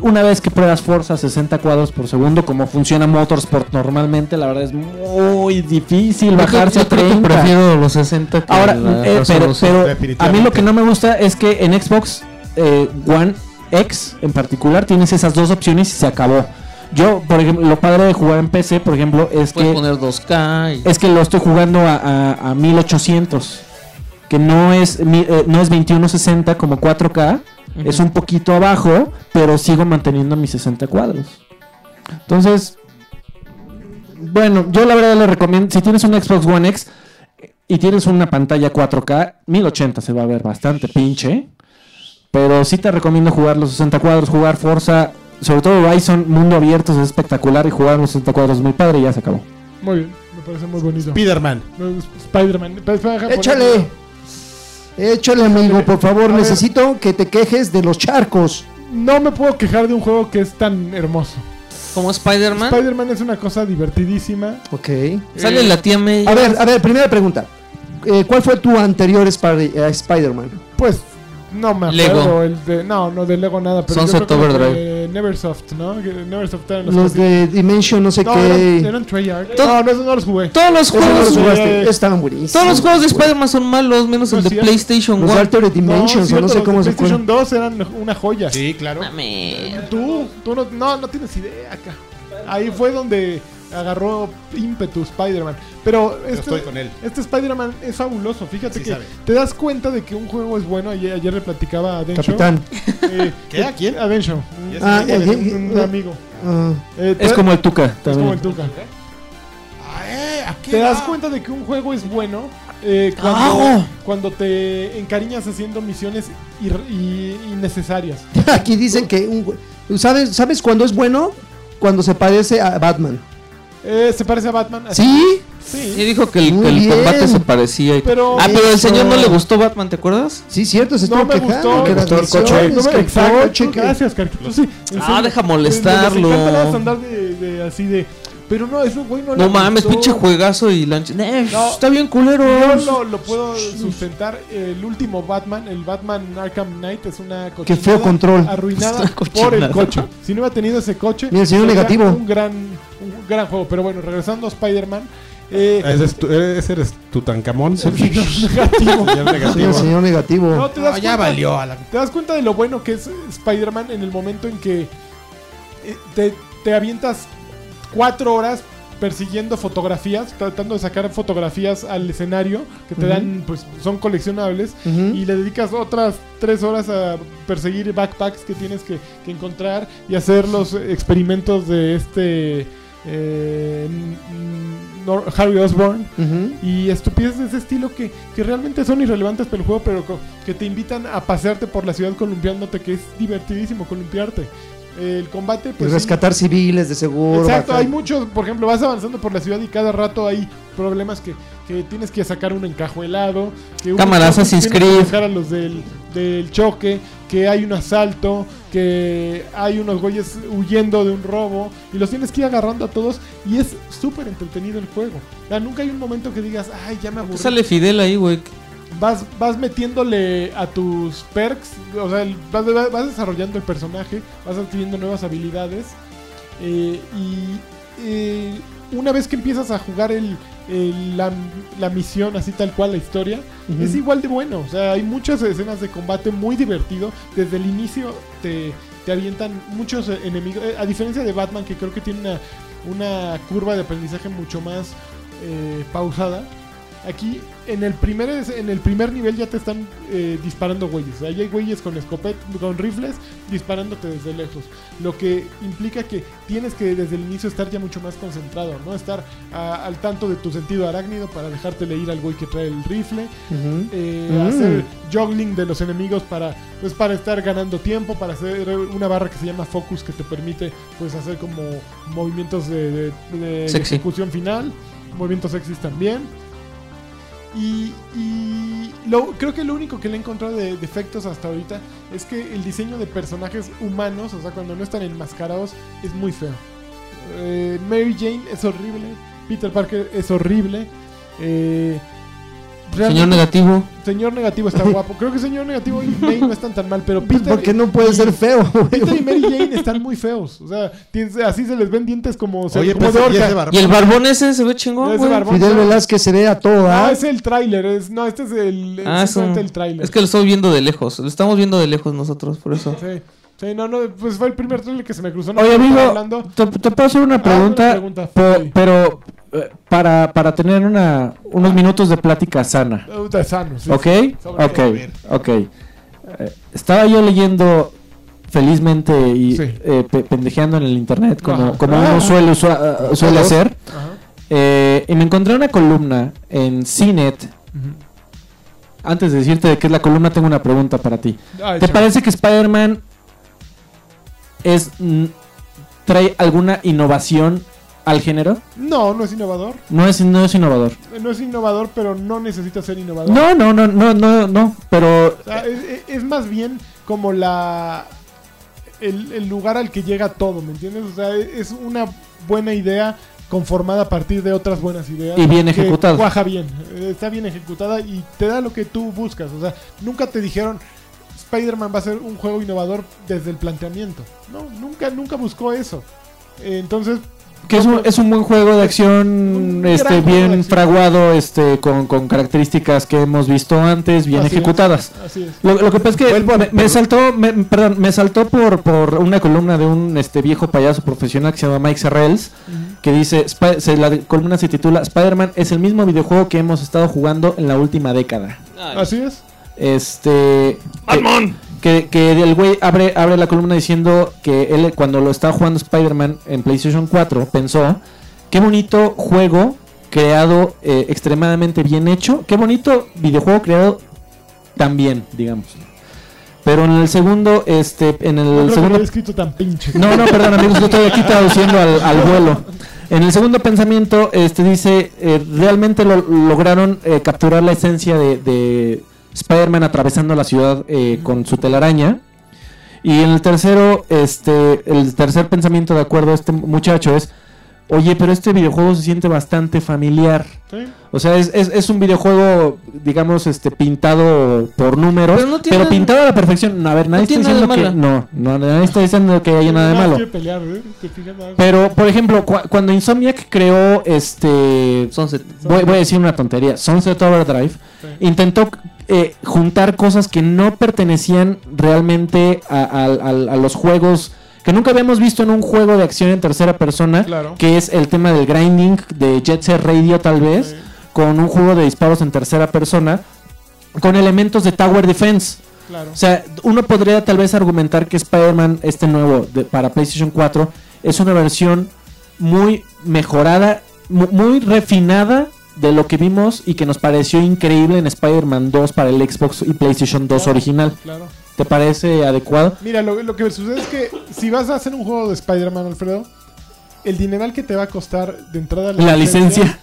una vez que pruebas Forza 60 cuadros por segundo, como funciona Motorsport normalmente, la verdad es muy difícil bajarse
Yo
a
creo que
30.
prefiero los 60 que
Ahora,
la
eh, pero,
resolución.
pero a mí
Definitivamente.
lo que no me gusta es que en Xbox eh, One X en particular tienes esas dos opciones y se acabó. Yo, por ejemplo, lo padre de jugar en PC, por ejemplo,
Puedes
es que
poner 2K y
es que lo estoy jugando a, a- a 1800, que no es mi- eh, no es 2160 como 4K,
Ujú.
es un poquito abajo, pero sigo manteniendo mis 60 cuadros. Entonces, bueno, yo la verdad le recomiendo, si tienes un Xbox One X y tienes una pantalla 4K, 1080 se va a ver bastante pinche, pero sí te recomiendo jugar los 60 cuadros, jugar Forza, sobre todo Horizon, mundo abierto es espectacular y jugar los 60 cuadros es muy padre y ya se acabó.
Muy bien. Me parece muy bonito.
Spiderman.
No, Spider-Man. Pero espera, deja
Échale.
ponerlo.
Échale, amigo, por favor.
A ver.
Necesito que te quejes de los charcos.
No me puedo quejar de un juego que es tan hermoso.
como Spider-Man.
Spider-Man es una cosa divertidísima.
Ok.
Sale
Eh,
la tía May.
A ver, a ver, primera pregunta. Eh, ¿Cuál fue tu anterior Spy- eh, Spider-Man?
Pues no me
Lego.
acuerdo. El de, no, no de Lego nada. Pero yo creo
Sunset
que los
Overdrive.
de Neversoft, ¿no? Que Neversoft eran los,
Los
que-
de Dimension, no sé
No, eran,
qué.
eran Treyarch.
Todo-
No, no, esos no los jugué.
Todos los
Esos no los
juegos.
jugaste.
eh,
Estaban buenísimos.
Todos los juegos de
güey.
Spider-Man son malos, menos
No es
el de
cierto.
PlayStation
Los
1.
Altered Dimensions, o no
cierto,
sé
los
cómo
de
se
PlayStation
acuerdan.
2 eran una joya.
Sí, claro.
Ah,
Mame.
Tú, tú no, no, no tienes idea acá. Ahí fue donde agarró ímpetu Spider-Man. Pero este,
estoy con él.
este Spider-Man es fabuloso. Fíjate
Sí
que
sabe.
te das cuenta de que un juego es bueno. Ayer, ayer le platicaba a Densho.
Capitán.
eh,
¿Qué? ¿A quién?
A Densho.
¿Y ese
Ah,
quién
eh,
es?
eh,
Un, un amigo.
ah.
Eh, te-
Es como el Tuca.
es como
también.
el Tuca.
Ah, eh, ¿a quién?
Te das
Ah.
cuenta de que un juego es bueno eh, cuando,
Ah.
cuando te encariñas haciendo misiones ir- y- innecesarias.
Ah. Aquí dicen que un güey- ¿Sabes, ¿Sabes cuándo es bueno? Cuando se parece a Batman.
Eh, se parece a Batman. así-
¿Sí?
Y
Sí.
dijo que el,
Muy
que el
bien.
combate se parecía. y-
Pero-
ah, pero al
Eso.
señor no le gustó Batman, ¿te acuerdas?
Sí, cierto, se
No
estuvo
me
quejando
gustó.
que
Me
las
gustó
el coche.
misiones,
No me-
que el
exacto,
coche,
tú-
que-
gracias, Carquito. Sí, en
Ah,
serio.
deja
Les- les
molestarlo.
encanta nada más andar de, de así de. Pero no, es un güey. No,
No
le
mames,
gustó.
pinche juegazo y lunch. Eh,
No.
Está bien culero.
Yo lo, lo puedo sustentar. El último Batman, el Batman Arkham Knight, es una cochinada.
Qué feo control.
Arruinada
Es una
por el
cochinada.
coche. Si no hubiera tenido ese coche.
Mira, señor
sería
negativo.
Un gran, un gran juego. Pero bueno, regresando a Spider-Man. eh,
Ese, es tu- ese eres Tutankamón.
señor negativo.
Señor
Sí, el
negativo.
señor negativo.
No, te das
No, ya
cuenta?
valió a la-
Te das cuenta de lo bueno que es Spider-Man en el momento en que eh, te, te avientas cuatro horas persiguiendo fotografías, tratando de sacar fotografías al escenario, que te dan, pues son coleccionables,
Ujú.
y le dedicas otras tres horas a perseguir backpacks que tienes que, que encontrar y hacer los experimentos de este eh, n- n- Nor- Harry Osborn
Ujú.
y estupideces de ese estilo que, que realmente son irrelevantes para el juego, pero co- que te invitan a pasearte por la ciudad columpiándote, que es divertidísimo columpiarte. El combate,
Y
pues. sí.
rescatar civiles de seguro.
Exacto,
bajar-
hay muchos, por ejemplo, vas avanzando por la ciudad y cada rato hay problemas que, que tienes que sacar un encajuelado, que un-
Cámara, Assassin's
tienes que
Creed.
sacar a los del, del choque, que hay un asalto, que hay unos güeyes huyendo de un robo y los tienes que ir agarrando a todos y es súper entretenido el juego. O sea, nunca hay un momento que digas, ay, ya me aburrí
Sale Fidel ahí, güey.
vas, vas metiéndole a tus perks, o sea, el- vas, vas- vas desarrollando el personaje, vas adquiriendo nuevas habilidades. eh, y eh, una vez que empiezas a jugar el, el- la, la misión, así tal cual, la historia,
Ujú.
es igual de bueno. O sea, hay muchas escenas de combate muy divertido. Desde el inicio te, te avientan muchos eh, enemigos. eh, A diferencia de Batman, que creo que tiene una, una curva de aprendizaje mucho más eh, pausada. Aquí en el primer es- en el primer nivel ya te están eh, disparando güeyes. Ahí hay güeyes con escopet, con rifles disparándote desde lejos. Lo que implica que tienes que desde el inicio estar ya mucho más concentrado, ¿no? Estar a- al tanto de tu sentido arácnido para dejártele ir al güey que trae el rifle
Ujú.
eh,
Mm.
hacer juggling de los enemigos para pues para estar ganando tiempo para hacer una barra que se llama focus que te permite pues hacer como movimientos de, de- de
Sexy.
ejecución final movimientos sexys también y, y lo- creo que lo único que le he encontrado de defectos hasta ahorita es que el diseño de personajes humanos, o sea, cuando no están enmascarados, es muy feo. Eh, Mary Jane es horrible, Peter Parker es horrible. eh,
Señor
realmente-
negativo.
Señor Negativo está guapo. Creo que Señor Negativo y May no están tan mal, pero Peter,
Pues Porque no puede ser feo,
Peter
güey.
y Mary Jane están muy feos. O sea, tienes- así se les ven dientes como, se-
Oye,
como
pues
de
¿y
orca.
ese barbón?
Y el barbón ese se ve chingón,
Ese
güey.
barbón.
Fidel Velázquez se ve a todo,
Ah,
¿ah?
es el tráiler. Es, no, este es el, es
Ah, es, un-
simplemente el tráiler.
es que lo estoy viendo de lejos. Lo estamos viendo de lejos nosotros, por eso.
Sí, sí, no, no, pues fue el primer trailer que se me cruzó. No
Oye,
estaba
amigo,
hablando. Ah,
te, te puedo hacer una
una
pregunta,
pregunta,
po-
sí.
pero eh, para, para tener una, unos minutos de plática sana.
Eh, de sano, sí,
¿Ok?
sí, sobre
Ok,
todo.
ok. Eh, estaba yo leyendo felizmente y
Sí.
eh, pe- pendejeando en el internet como,
Ajá. Ah.
como uno suele, usua- uh, suele hacer.
Ajá.
eh, y me encontré una columna en CNET. Antes de decirte de qué es la columna, tengo una pregunta para ti.
Ay,
¿Te
chaval.
parece que Spider-Man es mm, trae alguna innovación al género?
No, no es innovador.
No es, no es innovador.
Eh, No es innovador, pero no necesita ser innovador.
No, no, no, no, no, no. Pero
O sea, es, es- es más bien como la. El, el lugar al que llega todo, ¿me entiendes? O sea, e, es una buena idea conformada a partir de otras buenas ideas.
Y bien
que
ejecutada.
Cuaja bien, eh, está bien ejecutada y te da lo que tú buscas. O sea, nunca te dijeron Spider-Man va a ser un juego innovador desde el planteamiento. No, nunca, nunca buscó eso. Eh, entonces,
que es un, es un buen juego de acción,
Un
este,
gran juego de
bien
acción.
fraguado, este, con, con características que hemos visto antes, bien
Así es.
ejecutadas.
así es.
Lo, lo que pasa es que
Vuelvo a-
me, me saltó, me, perdón, me saltó por, por una columna de un este viejo payaso profesional que se llama Mike Serrells, que dice, Spi- se- la columna se titula Spider-Man es el mismo videojuego que hemos estado jugando en la última década.
Así es.
Este. ¡Batman! Que, que el güey abre, abre la columna diciendo que él, cuando lo estaba jugando Spider-Man en PlayStation 4, pensó: Qué bonito juego creado eh, extremadamente bien hecho. Qué bonito videojuego creado tan bien, digamos. Pero en el segundo, este, en el
No creo que lo
segundo
haya escrito tan pinche.
no, no, perdón, amigos, yo estoy aquí traduciendo al, al vuelo. En el segundo pensamiento, este dice, eh, realmente lo, lograron eh, capturar la esencia de, de Spider-Man atravesando la ciudad eh, con su telaraña. Y en el tercero, este, el tercer pensamiento de acuerdo a este muchacho es, oye, pero este videojuego se siente bastante familiar.
Sí.
O sea, es, es- es un videojuego, digamos, este, pintado por números, pero,
Pero no tiene-
pintado a la perfección. No, a ver, nadie
no
está
tiene
diciendo
nada de
que... No, no, nadie está diciendo que haya nada
Nada
de
más
malo.
quiere pelear, ¿eh? ¿Te fijas? Nada más.
Pero, por ejemplo, cua- cuando Insomniac creó este.
Sunset.
Voy, voy a decir una tontería. Sunset Overdrive.
Sí.
Intentó eh, juntar cosas que no pertenecían realmente a, a- a- a los juegos. Que nunca habíamos visto en un juego de acción en tercera persona.
Claro.
Que es el tema del grinding de Jet Set Radio, tal vez.
Sí.
Con un juego de disparos en tercera persona. Con elementos de Tower Defense.
Claro.
O sea, uno podría tal vez argumentar que Spider-Man, este nuevo de- para PlayStation 4, es una versión muy mejorada, mu- muy refinada de lo que vimos y que nos pareció increíble en Spider-Man 2 para el Xbox y PlayStation 2 original.
Claro.
¿Te parece adecuado?
Mira, lo, lo que sucede es que si vas a hacer un juego de Spider-Man, Alfredo, el dineral que te va a costar de entrada
La licencia.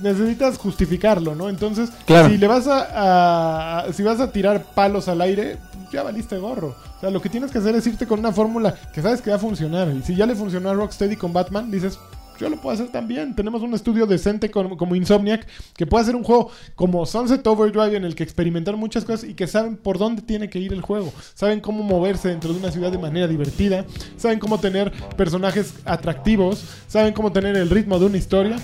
necesitas justificarlo, ¿no? Entonces,
Claro.
si le vas a, a- si vas a tirar palos al aire, ya valiste gorro. O sea, lo que tienes que hacer es irte con una fórmula que sabes que va a funcionar. Y si ya le funcionó a Rocksteady con Batman, dices, yo lo puedo hacer también. Tenemos un estudio decente con- como Insomniac que puede hacer un juego como Sunset Overdrive en el que experimentar muchas cosas y que saben por dónde tiene que ir el juego. Saben cómo moverse dentro de una ciudad de manera divertida. Saben cómo tener personajes atractivos. Saben cómo tener el ritmo de una historia.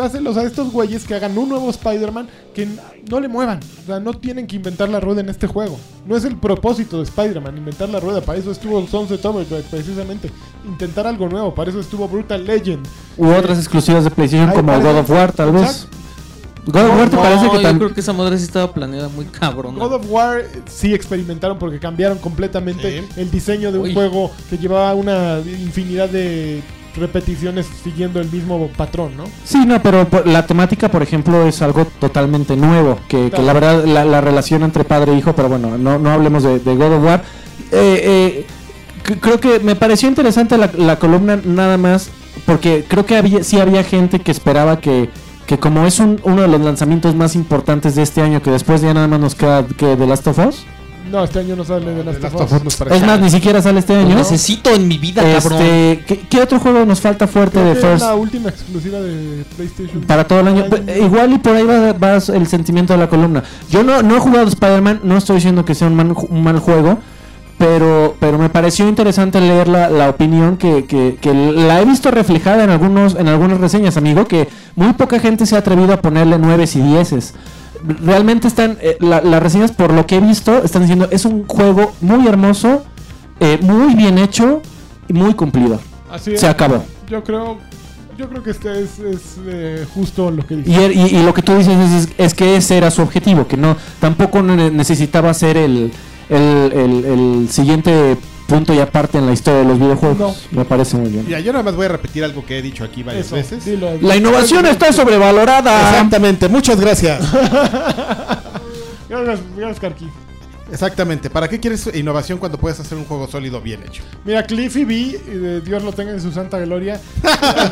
Hácelos a estos güeyes que hagan un nuevo Spider-Man que n- no le muevan. O sea, no tienen que inventar la rueda en este juego. No es el propósito de Spider-Man inventar la rueda. Para eso estuvo Sunset Overdrive, precisamente. Intentar algo nuevo. Para eso estuvo Brutal Legend.
U otras exclusivas de PlayStation
Ay,
como
parece-
God of War, tal vez.
Exacto.
God of War te
No,
parece que
yo
también.
creo Ah, que esa madre sí estaba planeada muy cabrón.
God of War eh, sí experimentaron porque cambiaron completamente
Sí.
el diseño de un
Uy.
juego que llevaba una infinidad de repeticiones siguiendo el mismo patrón, ¿no?
Sí, no, pero por- la temática, por ejemplo, es algo totalmente nuevo. Que, que la verdad, la, la relación entre padre e hijo, pero bueno, no, no hablemos de, de God of War. Eh, eh, c- creo que me pareció interesante la, la columna nada más, porque creo que había, sí había gente que esperaba que, que como es un- uno de los lanzamientos más importantes de este año, que después ya nada más nos queda que The Last of Us.
No, este año no sale
The
de las
Last of Us nos parece-
Es más, ni siquiera sale este año.
Necesito en mi vida, cabrón.
Este, ¿qué, qué otro juego nos falta fuerte de
Es
First?
la última exclusiva de PlayStation.
Para todo el año.
Ay,
Pe- Igual y por ahí va, va el sentimiento de la columna. Yo no, no he jugado Spider-Man, no estoy diciendo que sea un mal, ju- un mal juego, pero, pero me pareció interesante leer la, la opinión que, que- que la he visto reflejada en, algunos, en algunas reseñas, amigo, que muy poca gente se ha atrevido a ponerle 9 y 10. Realmente están, eh, la- las reseñas por lo que he visto, están diciendo es un juego muy hermoso, eh, muy bien hecho y muy cumplido.
Así es.
Se acabó.
Yo creo, yo creo que este es, es, eh, justo lo que
Y,
dije.
er- y- y lo que tú dices es, es que ese era su objetivo, que no tampoco ne- necesitaba ser el, el, el- el siguiente punto y aparte en la historia de los videojuegos. Me parece muy bien.
Mira, yo nada más voy a repetir algo que he dicho aquí varias
Eso,
veces.
dilo.
La innovación está sobrevalorada.
Exactamente, muchas gracias.
Gracias, gracias, Karki.
Exactamente, ¿para qué quieres innovación cuando puedes hacer un juego sólido bien hecho?
Mira, Cliffy B, eh, de Dios lo tenga en su santa gloria,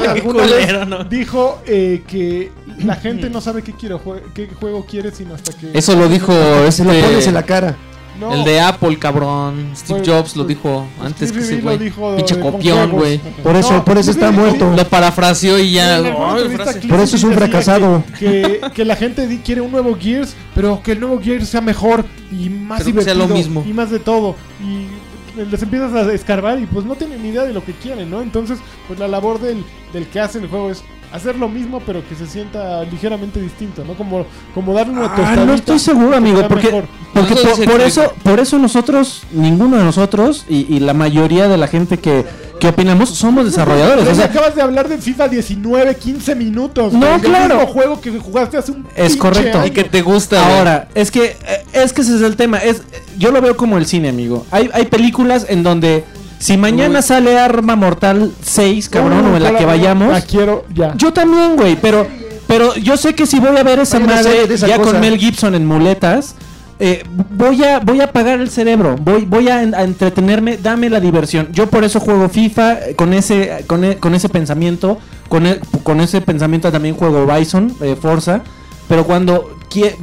Qué
alguna
culero,
vez
¿no?
dijo eh, que la gente no sabe qué, quiere, jue- qué juego quiere sino hasta que...
Eso lo dijo
Se lo pones
este,
en la cara.
No,
el de Apple, cabrón. Steve
Pues,
Jobs lo
pues,
dijo antes que
Cliffy
ese
B lo
güey.
dijo
Pinche
de- con
copión,
juegos.
güey.
Por eso,
No,
por eso está
sí, sí,
muerto.
Lo parafraseó y ya.
En alguna
Ay,
entrevista
frase.
Cliffy
Por eso es un
decía
fracasado.
Que, que- que la gente di- quiere un nuevo Gears, pero que el nuevo Gears sea mejor y más
Pero que sea
divertido
lo mismo.
y más de todo. Y les empiezas a escarbar y pues no tienen ni idea de lo que quieren, ¿no? Entonces, pues la labor del, del que hace el juego es hacer lo mismo, pero que se sienta ligeramente distinto, ¿no? Como, como darle una
Ah,
tostadita
no estoy seguro, amigo,
está
porque,
mejor.
porque
Eso
po-
dice
por,
que-
eso, por eso nosotros, ninguno de nosotros y, y la mayoría de la gente que, que opinamos somos desarrolladores.
Pero
O
si
sea,
acabas de hablar de FIFA 19, 15 minutos.
No,
güey, del
claro.
mismo juego que jugaste hace un
Es
pinche
correcto.
año.
Y que te gusta. güey.
Ahora, es que eh, es que ese es el tema. Es, eh, yo lo veo como el cine, amigo. Hay, hay películas en donde si mañana
Uy.
sale Arma Mortal 6, cabrón,
No,
o en la
yo
que
veo,
vayamos.
La quiero ya.
Yo también, güey, pero pero yo sé que si voy a ver esa
Vayan a
madre
hacer de esa
ya
cosa.
con Mel Gibson en muletas, eh, voy a voy a apagar el cerebro, voy voy a, en- a entretenerme, dame la diversión. Yo por eso juego FIFA eh, con ese con, e- con ese pensamiento, con e- con ese pensamiento también juego Bison, eh, Forza, pero cuando quie-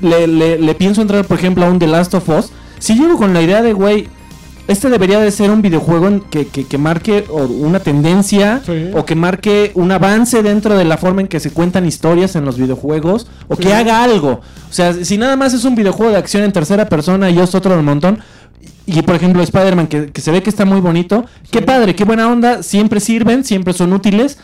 le, le- le pienso entrar, por ejemplo, a un The Last of Us, si llego con la idea de, güey, este debería de ser un videojuego en que, que- que marque o una tendencia
Sí.
o que marque un avance dentro de la forma en que se cuentan historias en los videojuegos o
Sí.
que haga algo. O sea, si nada más es un videojuego de acción en tercera persona y yo soy otro del montón. Y por ejemplo Spider-Man, que, que se ve que está muy bonito. Qué padre, qué buena onda. Siempre sirven, siempre son útiles.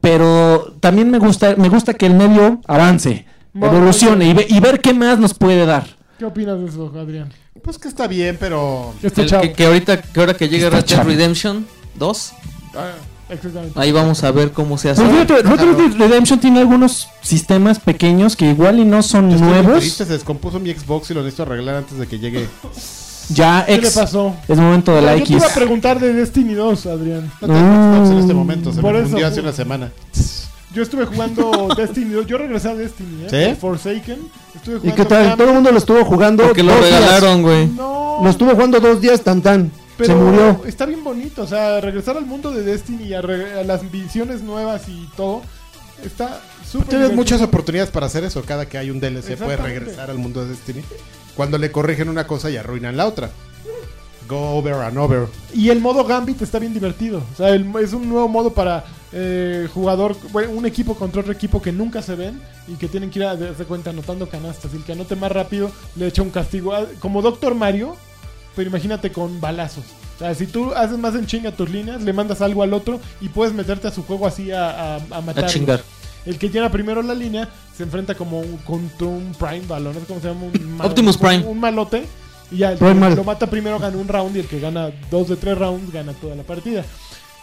Pero también me gusta, me gusta que el medio avance,
Bueno,
evolucione y, ve- y ver qué más nos puede dar.
¿Qué opinas de eso, Adrián?
Pues que está bien, pero
Este
El
chavo.
que, que ahorita, que ahora que llegue
Está
Red Dead
chavo.
Redemption 2,
Ah, exactamente.
ahí vamos a ver cómo se hace.
Pues fíjate, Red Dead
Claro.
Redemption tiene algunos sistemas pequeños que igual y no son
yo estoy muy triste,
nuevos.
se descompuso mi Xbox y lo necesito arreglar antes de que llegue.
Ya,
¿Qué le
ex.
pasó?
Es momento de la
yo te
X.
iba a preguntar de Destiny 2, Adrián.
No tengo Xbox en este momento, se
Por
me
eso,
fundió hace
ju-
una semana.
Yo estuve jugando Destiny 2. Yo regresé a Destiny, ¿eh?
¿Sí?
Por Forsaken. Estuve
¿Y
jugando
qué tal?
Cam-
Todo el mundo lo estuvo jugando.
Porque lo
dos días.
regalaron, güey.
No,
Lo estuvo jugando dos días, tan tan.
pero
Se murió.
Está bien bonito. O sea, regresar al mundo de Destiny y a, re- a las visiones nuevas y todo. Está súper.
Tienes
divertido.
muchas oportunidades para hacer eso. Cada que hay un DLC puedes
Pues, Exactamente.
regresar al mundo de Destiny. Cuando le corrigen una cosa y arruinan la otra. Go over and over.
Y el modo Gambit está bien divertido. O sea, el- es un nuevo modo para eh, jugador, bueno, un equipo contra otro equipo que nunca se ven y que tienen que ir a darse cuenta anotando canastas. Y el que anote más rápido le echa un castigo. Ah, Como Doctor Mario, pero imagínate con balazos. O sea, si tú haces más en chinga tus líneas, le mandas algo al otro y puedes meterte a su juego así a, a, a
A
matarlos.
chingar.
El que llena primero la línea se enfrenta como un- contra un Prime Balón, ¿no? ¿cómo se llama? Un mal-
Optimus Prime.
Un malote. Y ya el
Prime
que
Mal.
lo mata primero gana un round y el que gana dos de tres rounds gana toda la partida.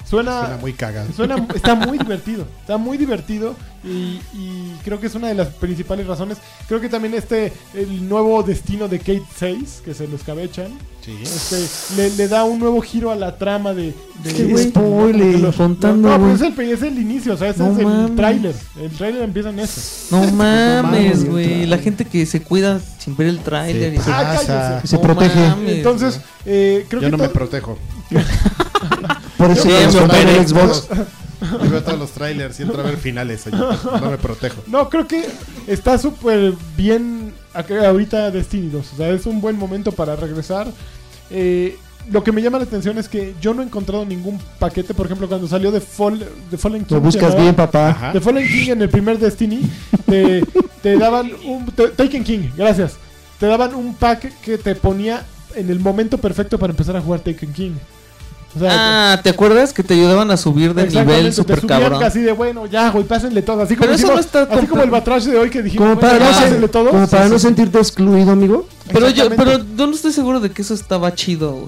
Suena,
Suena muy cagado.
Suena- está muy divertido. Está muy divertido. Y, y creo que es una de las principales razones. Creo que también este, el nuevo destino de Kate 6, que se lo escabechan,
Sí.
este, le, le da un nuevo giro a la trama de. de- este
Qué
de-
spoiler,
de los-
contando,
no, pero
güey.
es el, es el inicio, o sea, ese
No
es el
mames.
tráiler. El tráiler empieza en eso.
No mames,
mames,
güey.
otra
La
vez.
gente que se cuida sin ver el tráiler.
pues, Se
y se-
Ah,
pasa.
cállese.
Se
No
protege.
mames,
Entonces,
güey.
eh, creo
Yo
que.
no me
todo-
protejo.
Por eso
Sí,
me
me
lo compré en
operé.
el Xbox.
Yo veo todos los trailers y entro a ver finales. señor. No me protejo.
no, creo que está súper bien acá- ahorita Destiny 2. O sea, es un buen momento para regresar. Eh, lo que me llama la atención es que yo no he encontrado ningún paquete. Por ejemplo, cuando salió de, Fall, de Fallen King.
Lo buscas
llamaba-
bien, papá.
Ajá.
The Fallen King en el primer Destiny te, te daban un te- Taken King, gracias. Te daban un pack que te ponía en el momento perfecto para empezar a jugar Taken King. O sea,
Ah, ¿te acuerdas que te ayudaban a subir de
exactamente,
nivel super
te subían
cabrón?
así de bueno, ya, güey, pásenle todo, así como
Pero eso
hicimos-
no está
así
completo.
como el batrash de hoy que dijimos,
Como para
bueno,
no,
ya,
ser-
pásenle todo.
como para
Sí,
no
sí.
sentirte excluido, amigo.
Pero yo, pero
Exactamente.
yo no estoy seguro de que eso estaba chido, güey.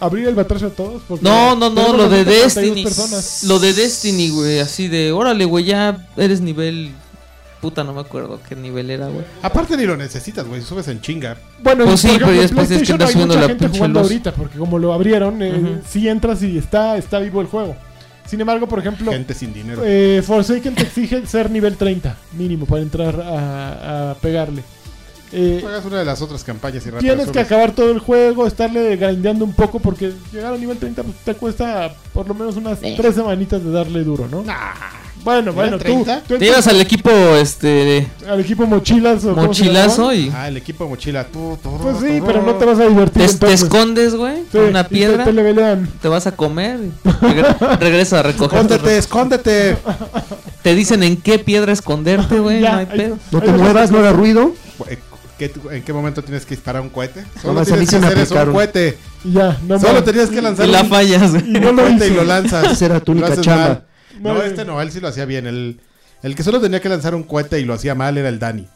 abrir el batrash a todos porque
No, no, no,
tenemos
lo de
242
Destiny.
personas.
Lo de Destiny, güey, así de, órale, güey, ya eres nivel puta, no me acuerdo qué nivel era, güey.
Aparte ni lo necesitas, güey. Subes en chinga.
Bueno,
Pues
y,
sí,
por
pero
ejemplo,
después es que
PlayStation
andas
hay
subiendo
mucha
la
gente
pinche
jugando
luz.
ahorita porque como lo abrieron, eh,
Ujú.
sí entras y está está vivo el juego. Sin embargo, por ejemplo,
Gente sin dinero.
Eh, Forsaken te exige ser nivel 30 mínimo para entrar a, a pegarle. Eh,
Hagas una de las otras campañas y rápido
tienes que
subes.
acabar todo el juego, estarle grindeando un poco porque llegar a nivel 30 pues, te cuesta por lo menos unas
Eh.
3 semanitas de darle duro, ¿no? Bueno, bueno, tú,
30?
tú
Te ibas al equipo, este,
al equipo mochilas o cómo se
mochilazo
llamaba.
y
Ah, el equipo de mochila. Tú, tú,
Pues
tú,
sí,
tú.
pero no te vas a divertir.
te, te
entonces.
escondes, güey,
Sí,
con una
y te-
piedra,
Te, levelean.
te vas a comer y regre- regresas a recoger. tu
Escóndete, escóndete.
Te dicen en qué piedra esconderte, güey,
Ya,
no hay
ahí-
pedo.
No te
ahí-
muevas, no hagas ruido.
¿Qué- ¿En qué momento tienes que disparar un cohete? Solo
más a mí
tienes que
se me
hacer eso, un
aplicaron.
cohete.
y Ya, no
Solo
más.
tenías que
Y
lanzar
la
un
fallas, güey.
Y no lo
cohete y
hice.
lo lanzas.
Esa era tu
Lo
única
haces
chamba.
mal. No,
Madre.
este no, él sí lo hacía bien. El, el que solo tenía que lanzar un cohete y lo hacía mal era el Dani.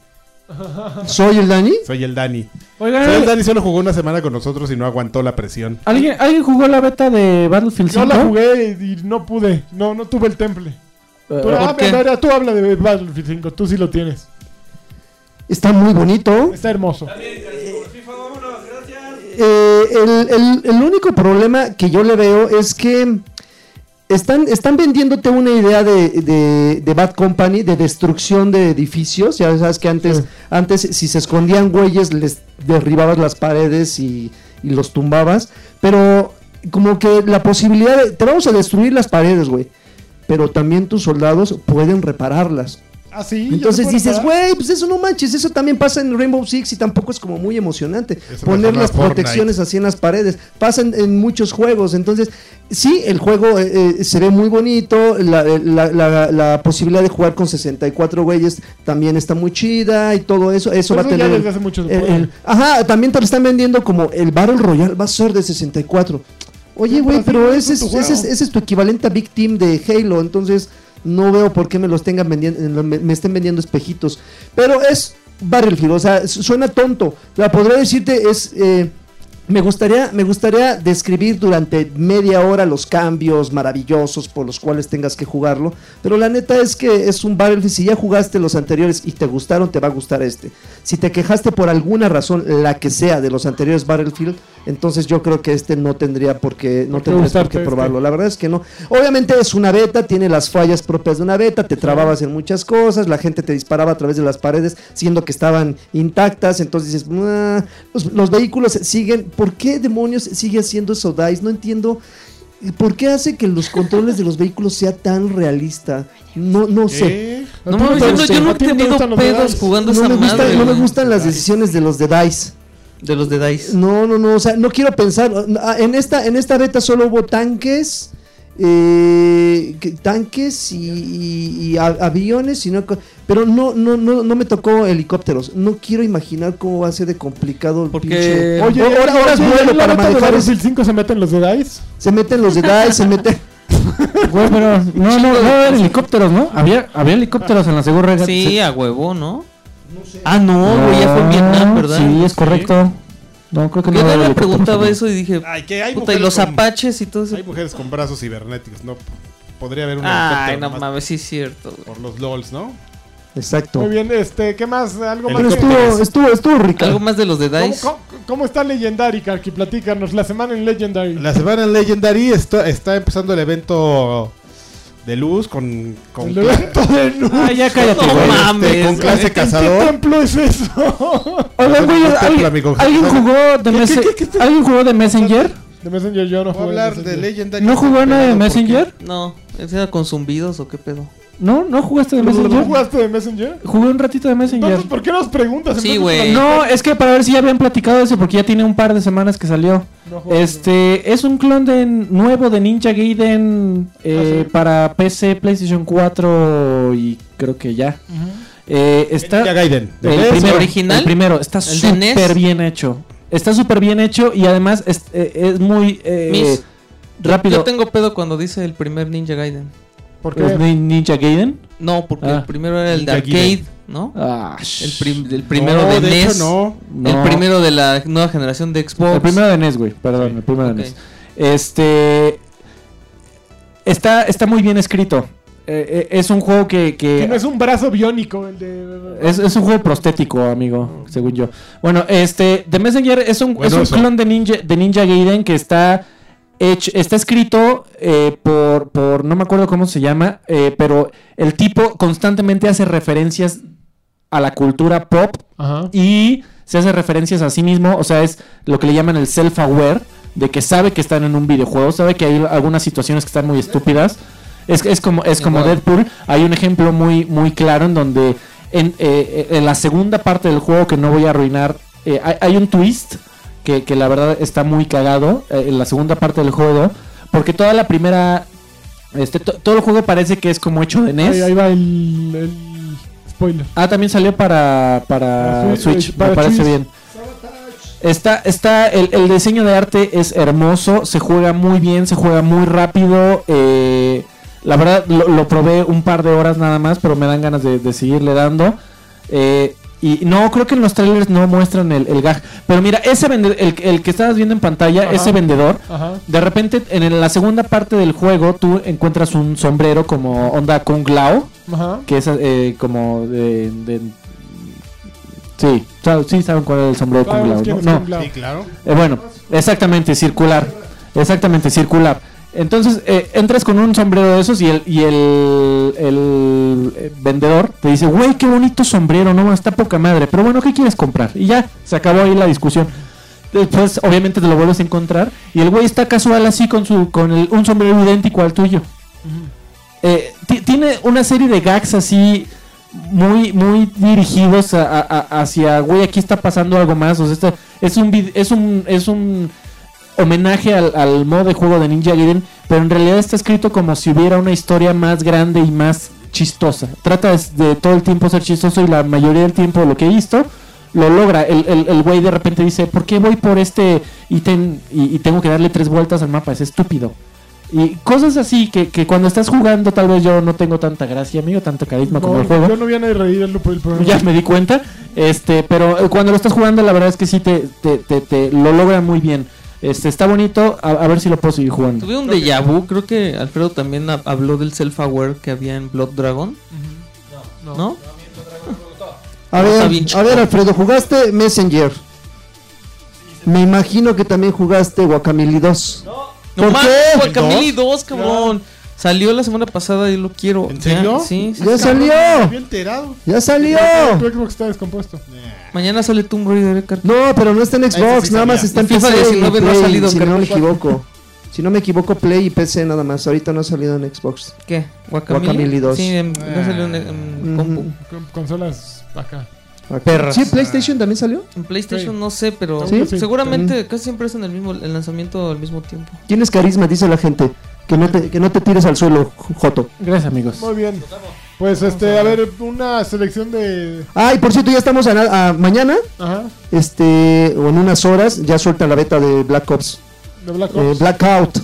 Soy el Dani.
Soy el Dani.
Oigan,
Soy el Dani solo jugó una semana con nosotros y no aguantó la presión.
¿alguien, ¿alguien jugó la beta de Battlefield 5?
Yo la jugué y, y no pude. No, no tuve el temple.
Eh,
Tú,
¿por
ah,
qué?
Andrea, tú habla de Battlefield 5, tú sí lo tienes.
Está muy bonito.
Está hermoso.
Eh, el, el- el único problema que yo le veo es que están, están vendiéndote una idea de, de- de Bad Company, de destrucción de edificios. Ya sabes que antes,
Sí.
antes si se escondían güeyes, les derribabas las paredes y, y los tumbabas. Pero como que la posibilidad de... Te vamos a destruir las paredes, güey. Pero también tus soldados pueden repararlas.
Ah, sí. ya
Entonces
se puede
dices,
parar.
güey, pues eso no manches, eso también pasa en Rainbow Six y tampoco es como muy emocionante.
Eso
Poner
pasa en
las
Fortnite.
protecciones así en las paredes. Pasa en, en muchos juegos. Entonces, sí, el juego eh, eh, se ve muy bonito. La, eh, la- la- la posibilidad de jugar con 64 güeyes también está muy chida y todo eso. Eso
Pero
va a
eso ya
tener.
desde hace mucho se
el-
puede.
el- ajá, también te lo están vendiendo como el Battle Royale va a ser de 64. Oye,
Sí,
güey,
pero
pero
sí,
ese es,
es otro
ese, es,
juego.
ese es tu equivalente a Big Team de Halo, entonces no veo por qué me los tengan vendiendo, me, me estén vendiendo espejitos. Pero es Battlefield, o sea, su- suena tonto. La podría decirte es... eh, me gustaría, me gustaría describir durante media hora los cambios maravillosos por los cuales tengas que jugarlo, pero la neta es que es un Battlefield, si ya jugaste los anteriores y te gustaron, te va a gustar este. Si te quejaste por alguna razón, la que sea, de los anteriores Battlefield, entonces yo creo que este no tendría por qué, no
¿Por qué
tendrías por
gustarte
qué
este?
probarlo. La verdad es que no. Obviamente es una beta, tiene las fallas propias de una beta, te trababas en muchas cosas, la gente te disparaba a través de las paredes, siendo que estaban intactas, entonces dices, "Ah, "Mua". los, los vehículos siguen, ¿por qué demonios sigue haciendo eso DICE? No entiendo. eh, ¿Por qué hace que los controles de los vehículos sea tan realista? No, no sé.
¿Qué?
No mames, yo no- yo no he
¿A ti no te
tenido
gustan los
pedos
pedales?
jugando
No
esa
me, gusta-
madre.
no me
güey.
gustan las decisiones de los de DICE.
De los de Dice.
No, no, no, o sea, no quiero pensar. ah, En esta, en esta beta solo hubo tanques, eh, que- tanques y, y- y a- aviones, y no co- pero no, no, no, no me tocó helicópteros. No quiero imaginar cómo va a ser de complicado el pinche-
Porque.
Oye,
ahora-
ahora,
ahora es bueno para
para
manejar
manejar.
ese-
el 5 se meten los de Dice?
Se meten los de DICE, se meten.
Güey, pero no, no, no eran helicópteros, ¿no? Había, había helicópteros en la Segura
Sí, a huevo, ¿no? Ah, no, güey, ya fue en
Ah,
Vietnam, ¿verdad?
Sí, es correcto. No, creo que
Yo
no
no
era
me
helicóptero.
preguntaba eso y dije,
Ay, que hay
puta, y
mujeres
los
con-
apaches y todo eso.
Hay mujeres con brazos cibernéticos, ¿no? Podría haber una
Ay, no mames, sí es cierto, güey.
por los LOLs, ¿no?
Exacto.
Muy bien, este, ¿qué más? ¿Algo
El
más?
Pero
que-
estuvo, estuvo, estuvo rica.
Algo más de los de
¿Cómo,
Dice.
cómo, cómo está Legendary, Karki? Platícanos, la semana en Legendary.
La semana en Legendary está, está empezando el evento de luz con, con,
El
cla-
evento de luz.
Ah, ya cállate,
No
con,
güey.
este,
mames,
con clase
¿En ¿Qué
cazador.
templo es eso?
Oigan, güey,
Templo,
¿alguien,
amigo.
alguien jugó de Messe- ¿Alguien jugó de Messenger?
de Messenger yo no
Voy a
juego.
hablar de Legendary.
¿No jugó nada de
Porque-
Messenger?
No, ¿era con zumbidos o qué pedo?
¿No? ¿No jugaste de
¿No
Messenger?
jugaste de Messenger?
Jugué un ratito de Messenger.
Entonces, ¿por qué nos preguntas?
Sí,
Entonces,
güey.
No, es que para ver si ya habían platicado de eso, porque ya tiene un par de semanas que salió.
no juego.
Este es un clon de nuevo de Ninja Gaiden eh,
Ah, sí.
para PC, PlayStation 4 y creo que ya. Eh, está
Ninja Gaiden. E
el,
¿Ves?
primero,
original?
el primero está
¿El de NES?
súper bien hecho. Está súper bien hecho y además es, eh, es muy eh,
Mis-
rápido.
Yo tengo pedo cuando dice el primer Ninja Gaiden.
¿Por
¿Es
qué?
de Ninja Gaiden?
No, porque
Ah.
el primero era el de
Ninja
arcade,
Gaiden.
¿no?
Ah,
El,
sh-
prim- el primero
No,
de,
E
de hecho,
NES.
no.
no.
El primero de la nueva generación de Xbox.
El primero de NES, güey. Perdón, el primero
Ok.
de NES. Este. Está, está muy bien escrito. Eh, eh, es un juego que. que-
Que no es un brazo biónico el de...
es, es un juego prostético, amigo, según yo. Bueno, este. The Messenger es un,
Bueno,
es un
eso.
clon de Ninja, de Ninja Gaiden que está. hecho- está escrito eh, por, por. No me acuerdo cómo se llama. eh, pero el tipo constantemente hace referencias a la cultura pop
Ajá.
y se hace referencias a sí mismo, o sea, es lo que le llaman el self-aware, de que sabe que están en un videojuego, sabe que hay algunas situaciones que están muy estúpidas. Es, es como, es como
Igual.
Deadpool, hay un ejemplo muy, muy claro en donde en, eh, eh, en la segunda parte del juego que no voy a arruinar, eh, hay, hay un twist que, que la verdad está muy cagado eh, en la segunda parte del juego, porque toda la primera... Este, to- todo el juego parece que es como hecho de E NES.
Ahí, ahí va el, el spoiler.
Ah, también salió para, para
Para Swi-
Switch,
eh, para
me parece
Switch.
bien. Está, está, el, el diseño de arte es hermoso, se juega muy bien, se juega muy rápido. eh, la verdad, lo, lo probé un par de horas nada más, pero me dan ganas de, de seguirle dando. Eh, y no, creo que en los trailers no muestran el, el gag. Pero mira, ese vende- el, el que estabas viendo en pantalla,
Ajá.
ese vendedor,
Ajá.
de repente en la segunda parte del juego tú encuentras un sombrero como onda Kung Lao
Ajá.
que es eh, como de, de- sí sa- sí saben cuál es el sombrero de Kung
Sabemos
Lao,
quién
¿no?
es
No,
Kung Lao.
Sí, claro.
eh, bueno exactamente circular exactamente circular entonces eh, entras con un sombrero de esos y el y el, el, eh, vendedor te dice güey qué bonito sombrero no está poca madre pero bueno qué quieres comprar y ya se acabó ahí la discusión Después, obviamente, te lo vuelves a encontrar. Y el güey está casual así con su con el- un sombrero idéntico al tuyo. Eh, ti- tiene una serie de gags así muy muy dirigidos a- a- a- hacia güey aquí está pasando algo más o sea esto es un vid- es un es un homenaje al, al modo de juego de Ninja Gaiden pero en realidad está escrito como si hubiera una historia más grande y más chistosa trata de, de todo el tiempo ser chistoso y la mayoría del tiempo lo que he visto lo logra el, el, el güey de repente dice ¿por qué voy por este ítem y, y tengo que darle tres vueltas al mapa? es estúpido y cosas así que, que cuando estás jugando tal vez yo no tengo tanta gracia, amigo, tanto carisma como el
yo
juego.
no viene a reír el, el programa.
Ya me di cuenta. Este, pero eh, cuando lo estás jugando la verdad es que sí te, te, te, te lo logra muy bien. Este, está bonito, a, a ver si lo puedo seguir jugando.
Tuve un déjà vu, creo que Alfredo también ha- habló del self-aware que había en Blood Dragon. No, no.
A
No, está
ver,
bien chico.
a ver, Alfredo, jugaste Messenger. Me imagino que también jugaste Guacamili 2.
No
¿Por
mames,
qué?
Guacamole 2, cabrón. Salió la semana pasada y lo quiero.
¿En
Ya,
serio?
sí, sí.
Ya salió,
Me había enterado.
ya salió.
Tu Xbox está descompuesto.
Mañana sale Tomb Raider, Edgar.
No, pero no está en
Ah, ese
Xbox,
sí
nada
sabía.
más está en
FIFA
PC
19
y
no ha
Play,
salido,
si no
Carlos.
me equivoco. Si no me equivoco, Play y PC nada más. Ahorita no ha salido en Xbox.
¿Qué? ¿Guacamole?
Guacamole dos. Mm.
Sí, em, no salió en, en compu.
Ujú.
Con- Consolas acá.
Perras.
Sí, PlayStation también salió.
En PlayStation no sé, pero
Sí.
seguramente casi siempre es en el mismo el lanzamiento al mismo tiempo.
Tienes carisma, dice la gente. Que no te, que no te tires al suelo, Joto.
Gracias, amigos.
Muy bien. Pues este, a ver, una selección de.
Ah, y por cierto, ya estamos a, na- a mañana.
Ajá.
Este, o en unas horas, ya suelta la beta de Black Ops.
De Black
Eh,
Ops.
Blackout.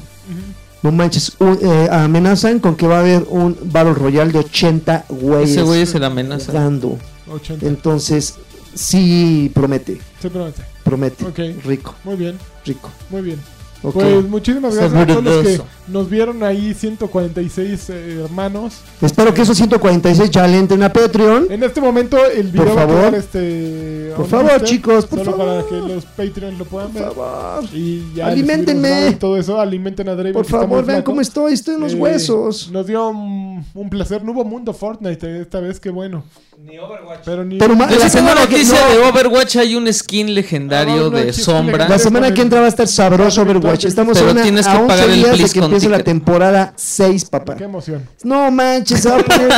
No manches, un- eh, amenazan con que va a haber un Battle Royale de 80 güeyes
Ese güey se la amenaza.
jugando.
80.
Entonces, sí promete,
Sí, promete.
promete.
Ok.
Rico,
Muy bien,
rico.
muy bien.
Ok.
Pues muchísimas
Está
gracias a todos los que
maravilloso.
nos vieron ahí, 146 eh, hermanos.
Espero que esos 146 ya le entren a Patreon.
En este momento el video
Por
va a
favor.
quedar, este.
Por
on
favor,
Twitter,
chicos, por
solo para
favor.
que los Patreons lo puedan
Por
ver.
favor,
Y ya
Aliméntenme.
les subimos, ¿no? todo eso, alimenten a Draven.
por
que está
favor,
muy
vean
flaco.
cómo estoy, estoy en los
Eh,
huesos.
Nos dio un, un placer. No hubo mundo Fortnite esta vez, qué bueno. Pero ni
Pero ma-
De la
semana que-
noticia
no,
de Overwatch hay un skin legendario
Ah, no,
de
chiste,
sombra.
la semana que entra va a estar sabroso Overwatch. Estamos
Pero
a una-
tienes que
a 11
pagar el
días de que
BlizzCon
empiece la
ticket.
temporada 6, papá.
Qué emoción.
No manches, se va a poner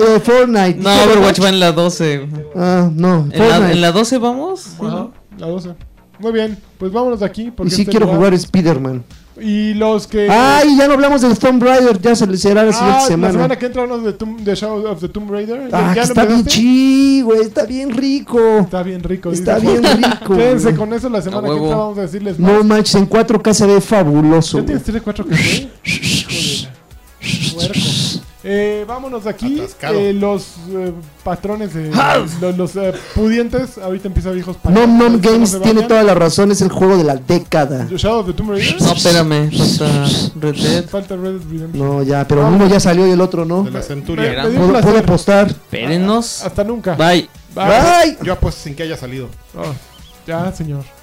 de, de Fortnite.
No, Overwatch va en la 12. ¿En
Ah, no,
la,
Fortnite.
en la 12 vamos?
Ajá, la 12. Muy bien, pues vámonos de aquí.
Y
Porque
sí
este
quiero
lugar-
jugar Spider-man.
Y los que.
Ay, ya no hablamos del Tomb Raider, ya se le será la siguiente
Ah,
semana.
La semana que entra uno de, Tomb- de Shadow of the Tomb Raider.
Ah, que
¿Ya
está bien
empezaste?
chi, güey, está bien rico.
Está bien rico.
Está
dice.
bien rico.
Quédense
güey.
con eso la semana que
A huevo.
entra. Vamos a decirles más.
No manches, en 4K se ve fabuloso.
¿Ya tienes
güey.
3 de 4 eh, vámonos de aquí.
Atascado.
Eh, los eh, patrones de. Los, los, eh, pudientes. Ahorita empieza viejos
Ah. Nom Nom
Ustedes no
Games
se
tiene
vayan.
toda la razón, es el juego de la década.
Shadow of the Tomb Raider.
No, espérame. Falta Red Dead.
Falta Red Dead Redemption.
No, ya, pero uno ya salió y el otro no.
De la
Me-
centuria.
Era-
me dio un
Puedo, puedo
placer.
apostar.
Espérenos.
Ah. Hasta nunca.
Bye.
Bye.
Bye.
Yo apuesto sin que haya salido.
Oh, ya, señor.